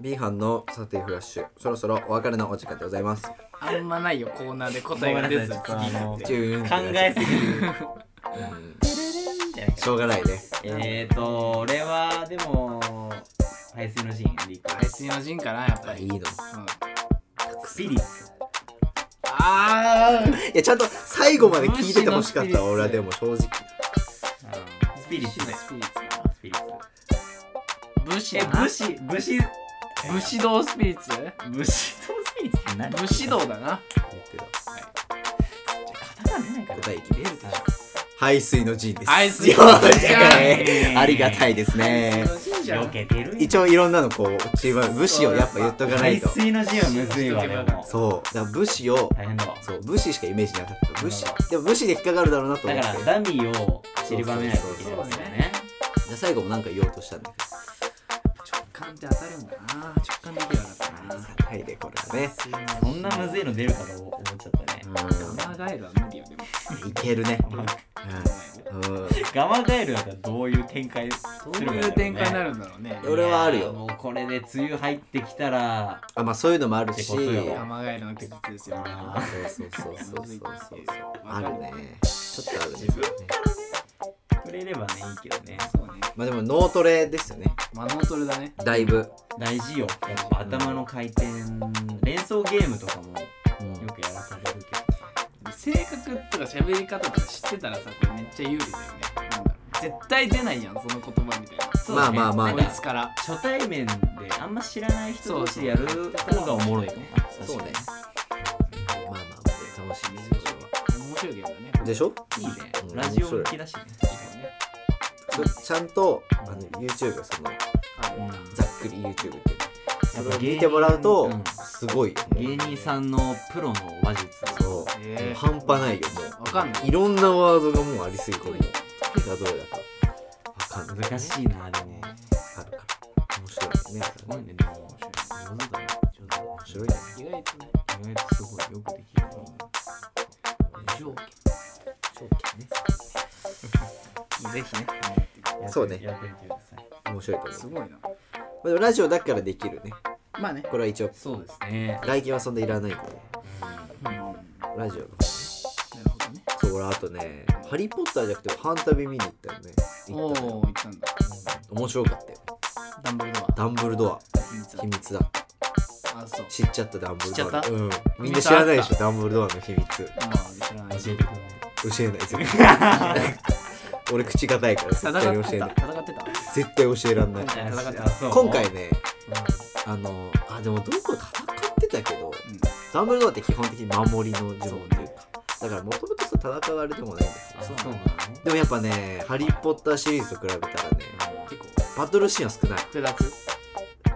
Speaker 1: ビーハンの査定フラッシュそろそろお別れのお時間でございます
Speaker 2: あんまないよコーナーで答えが出ず
Speaker 3: ごめ
Speaker 2: 次
Speaker 3: んなさいちょっとあの
Speaker 2: って
Speaker 1: 考
Speaker 3: ー、考えすぎる
Speaker 1: しょうがないね
Speaker 3: えーと俺はでも排水の陣リー
Speaker 2: 排水の陣かなやっぱ
Speaker 1: いい
Speaker 2: り、うん、
Speaker 1: のい
Speaker 3: スピリッツ
Speaker 2: あー
Speaker 1: やちゃんと最後まで聞いててほしかったわ俺はでも正直
Speaker 3: あのスピリッツだよ
Speaker 2: スピリッツだな
Speaker 3: スピリッツ
Speaker 2: 武士
Speaker 3: え
Speaker 2: だな
Speaker 3: 武士武士
Speaker 2: 武士道スピリッツ
Speaker 3: 武士道スピリッツって何
Speaker 2: 武士道だな
Speaker 1: 言ってた
Speaker 3: 刀出ないから
Speaker 1: 答え決める排水の陣です
Speaker 2: 排水
Speaker 1: よ
Speaker 2: の
Speaker 1: っ
Speaker 2: 陣
Speaker 1: しゃーありがたいですね
Speaker 2: 武士道じゃん
Speaker 3: 避けてる
Speaker 1: 一応いろんなのこうチーム武士をやっぱ言っとかない
Speaker 3: 排
Speaker 1: と
Speaker 3: 水の陣はむずいわでも
Speaker 1: そうだから武士を
Speaker 3: 大変だわ
Speaker 1: そう武士しかイメージなかった武士でも武士で引っかかるだろうなと
Speaker 3: だ
Speaker 1: 思
Speaker 3: か
Speaker 1: って
Speaker 3: ら
Speaker 1: だか
Speaker 3: ダミーを散りばめないといけないですよね
Speaker 1: ら最後もなんか言おうとしたんだけ
Speaker 2: 直感って当たるんだな直感できなかった
Speaker 1: ど
Speaker 2: な
Speaker 1: 高いでこれはね
Speaker 3: そんなむずいの出るかと思っちゃったね
Speaker 2: ガマガエルは無理よでも
Speaker 1: うんいけるねうんうん
Speaker 3: ガマガエルだったらどういう展開する
Speaker 2: ど
Speaker 3: か
Speaker 2: う
Speaker 3: だよね
Speaker 2: いう展開になるんだろうね
Speaker 1: 俺はあるよ
Speaker 3: いやーもうこれで梅雨入ってきたら
Speaker 1: あまあそういうのもあるし
Speaker 3: って
Speaker 1: そう
Speaker 3: ことよ
Speaker 2: ガマガエルの季節ですよね
Speaker 3: あ
Speaker 1: そうそうそうそうそうそうあ
Speaker 2: わか
Speaker 1: る
Speaker 2: る
Speaker 1: ねちょっとあるねそれね
Speaker 3: 触れればねいいけどね
Speaker 2: そうね
Speaker 1: まあでも脳トレですよね
Speaker 2: マノートルだね
Speaker 1: だいぶ
Speaker 3: 大事よやっぱ頭の回転連想ゲームとかもよくやらされるけど
Speaker 2: 性格とか喋り方とか知ってたらさこれめっちゃ有利だよねなんだろう絶対出ないやんその言葉みたいな
Speaker 3: そう
Speaker 1: ま
Speaker 3: だ
Speaker 1: あ
Speaker 3: ね
Speaker 1: まあまあ
Speaker 2: こいつから
Speaker 3: 初対面であんま知らない人同士でやる方がおもろいよね
Speaker 1: そうねまあまあまあ楽しいですよそれは
Speaker 2: 面白いゲームだね
Speaker 1: でしょ
Speaker 3: いいね
Speaker 1: うん
Speaker 3: ラジオ向きだしね
Speaker 1: それちゃんとあの YouTube その
Speaker 3: うん
Speaker 1: ざっくり YouTube っていうの
Speaker 3: や
Speaker 1: そ
Speaker 3: っ
Speaker 1: れ
Speaker 3: ぱ
Speaker 1: を
Speaker 3: 芸人
Speaker 1: 見てもらうと
Speaker 3: うん
Speaker 1: すごいよ
Speaker 3: 芸人さんのプロの話術
Speaker 1: そう
Speaker 2: えー
Speaker 1: 半端ないよもう
Speaker 2: わかんない
Speaker 1: いろんなワードがもうありすぎてもう手がどれだかわかんない
Speaker 3: 難しいなでも
Speaker 1: あるから面白いね
Speaker 3: すごいねでも上手だね上
Speaker 1: 面白
Speaker 3: 手だね
Speaker 1: いね
Speaker 2: 意外とね
Speaker 3: 意外とすごいよくできるね
Speaker 2: 無条件
Speaker 1: ぜひね
Speaker 3: やって
Speaker 1: そうね
Speaker 3: やってみてください
Speaker 1: 面白いと思
Speaker 2: す
Speaker 1: う
Speaker 2: ごいな
Speaker 1: まあでもラジオだからできるね
Speaker 2: まあね
Speaker 1: これは一応
Speaker 3: そうですね
Speaker 1: 外見はそんないらないんでね
Speaker 2: うんなるほ
Speaker 1: ラジオの
Speaker 2: どね
Speaker 1: そう俺あとね「ハリー・ポッター」じゃなくて「ファンタビ」見に行ったよね行
Speaker 2: お
Speaker 1: ったの
Speaker 2: お行ったんだ
Speaker 1: 面白かったよ
Speaker 2: ダンボールド
Speaker 1: ダンブルドア
Speaker 2: ア秘密だ
Speaker 1: 秘密だった
Speaker 2: あそう
Speaker 1: 知っちゃったダンブルドア
Speaker 2: 知っちゃった
Speaker 1: うんみんな知らないでしょダンブルドアの秘密
Speaker 2: まあ知らない
Speaker 3: 教えてください
Speaker 1: 教えない絶 対俺口堅いから絶
Speaker 2: 戦
Speaker 1: 対に
Speaker 2: っ
Speaker 1: 教え
Speaker 2: て
Speaker 1: な
Speaker 2: た
Speaker 1: い
Speaker 2: 戦ってた
Speaker 1: 絶対教えらんない
Speaker 2: 戦ってた
Speaker 3: あそう
Speaker 1: 今回ねあのあでもどこ戦ってたけど
Speaker 2: うん
Speaker 1: ダンブルドアって基本的に守りの呪文という
Speaker 2: そうね
Speaker 1: かだからもともと戦われてもないんだ
Speaker 3: あ
Speaker 1: け
Speaker 3: そう
Speaker 1: ど
Speaker 3: なの
Speaker 1: でもやっぱね「ハリー・ポッター」シリーズと比べたらね
Speaker 2: 結構
Speaker 1: バトルシーンは少ない
Speaker 2: 複雑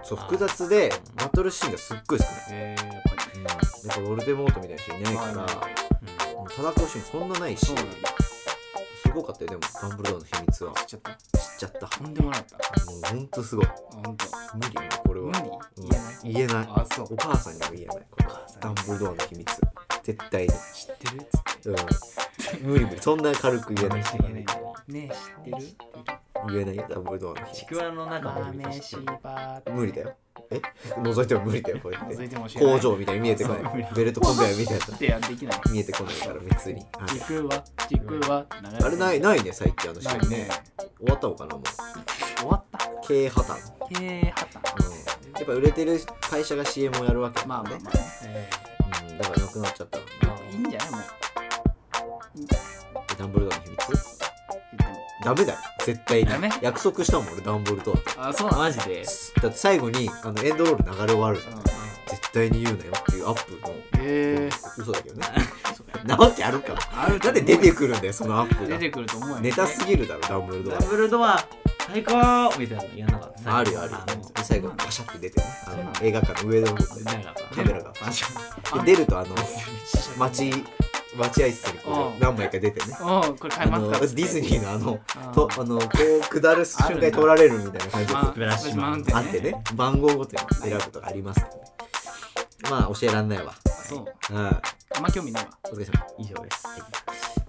Speaker 1: そう
Speaker 3: あー
Speaker 1: 複雑でバトルシーンがすっごい少ない
Speaker 2: えーやっぱ
Speaker 1: うん、やっぱウォルデモートみたいな人いないから、
Speaker 2: まあまあ
Speaker 1: うん戦うシーンもそんなないし
Speaker 2: そうなんだ
Speaker 1: すごかったよでもダンブルドアの秘密は
Speaker 2: 知っちゃった
Speaker 1: 知っちゃった
Speaker 2: とんでもなかった
Speaker 1: もうほんとすごい
Speaker 2: あ本当。
Speaker 1: 無理もうこれ
Speaker 2: 無
Speaker 1: は
Speaker 2: 理
Speaker 1: うん言
Speaker 2: 言えない
Speaker 1: えない
Speaker 2: あそう
Speaker 1: お母さんにも言えないこれ
Speaker 2: 母さん
Speaker 1: ダンブルドアの秘密絶対に、
Speaker 2: 知ってるっつって
Speaker 1: うん、無理無理そんな軽く言えない
Speaker 3: 試してくれない
Speaker 2: ねえ知ってる
Speaker 1: 言えないよダンブルドアの
Speaker 3: ち
Speaker 1: 秘
Speaker 3: くわの中
Speaker 2: マ
Speaker 3: の
Speaker 2: メシバー
Speaker 1: 密無理だよえ覗いても無理だよこうやっ
Speaker 2: 続い
Speaker 1: て
Speaker 2: ても教えない
Speaker 1: 工場みたいに見えてこ
Speaker 3: そう無
Speaker 1: な
Speaker 3: 理
Speaker 1: いベルトコンベヤーみたい
Speaker 2: ってやできない
Speaker 1: な見えてこないから別にあ
Speaker 2: ちくわちくわ
Speaker 1: あれないないね最近あのシ
Speaker 2: な
Speaker 1: ー
Speaker 2: い
Speaker 1: ンね
Speaker 2: ね
Speaker 1: 終わったのかなもう
Speaker 2: 終わった
Speaker 1: 経営破綻
Speaker 2: 経営破綻
Speaker 1: うんやっぱ売れてる会社が CM をやるわけだ
Speaker 2: まあ
Speaker 1: ね
Speaker 2: まあま
Speaker 3: え
Speaker 1: うん、だからなくなっちゃったのね
Speaker 2: あいいんじゃないもう
Speaker 1: ダンボールドアの秘密
Speaker 2: 言っても
Speaker 1: ダメだよ絶対に
Speaker 2: ダメ
Speaker 1: 約束したもん俺ダンボールドアって
Speaker 2: あそう
Speaker 3: ー
Speaker 2: なの
Speaker 3: マジで
Speaker 1: だって最後にあのエンドロール流れ終わるじゃん
Speaker 2: うん
Speaker 1: 絶対に言うなよっていうアップの
Speaker 2: へえ
Speaker 1: 嘘だけどねなわけあるか
Speaker 2: ある
Speaker 1: なん
Speaker 2: と思う
Speaker 1: で出てくるんだよそのアップ
Speaker 2: 出
Speaker 1: が
Speaker 2: てくると思うよ
Speaker 1: ネタすぎるだろダンボールド
Speaker 3: ダ
Speaker 1: ア
Speaker 3: ブルドア最高みたいなのやんなかった
Speaker 1: あるよあるよ
Speaker 3: の
Speaker 1: 最後パシャって出てねあ
Speaker 2: そうな
Speaker 1: の
Speaker 2: の
Speaker 1: 映画館の上の部分で
Speaker 3: 出なかった
Speaker 1: カメラがパシ
Speaker 2: あ
Speaker 1: ャで出るとあの待ち待合室にこ
Speaker 2: う
Speaker 1: うん何枚か出てね
Speaker 2: うんこれ買
Speaker 1: あ
Speaker 2: いま
Speaker 1: の
Speaker 2: す
Speaker 1: デ
Speaker 2: か
Speaker 1: ィズニーのあの
Speaker 2: うん
Speaker 1: とあのこう下る瞬間に撮られるみたいな感じです
Speaker 2: まあ
Speaker 3: ブラッシュマン
Speaker 2: ブラ
Speaker 1: あ
Speaker 2: ッシュ
Speaker 1: っ
Speaker 2: マウンテ
Speaker 1: て
Speaker 2: ン
Speaker 1: ね番号ごとに選ぶとかありますけどねまあ教えらんないわ
Speaker 2: そう
Speaker 1: うん
Speaker 2: あんま興味ないわ
Speaker 1: お疲れ様
Speaker 3: 以上です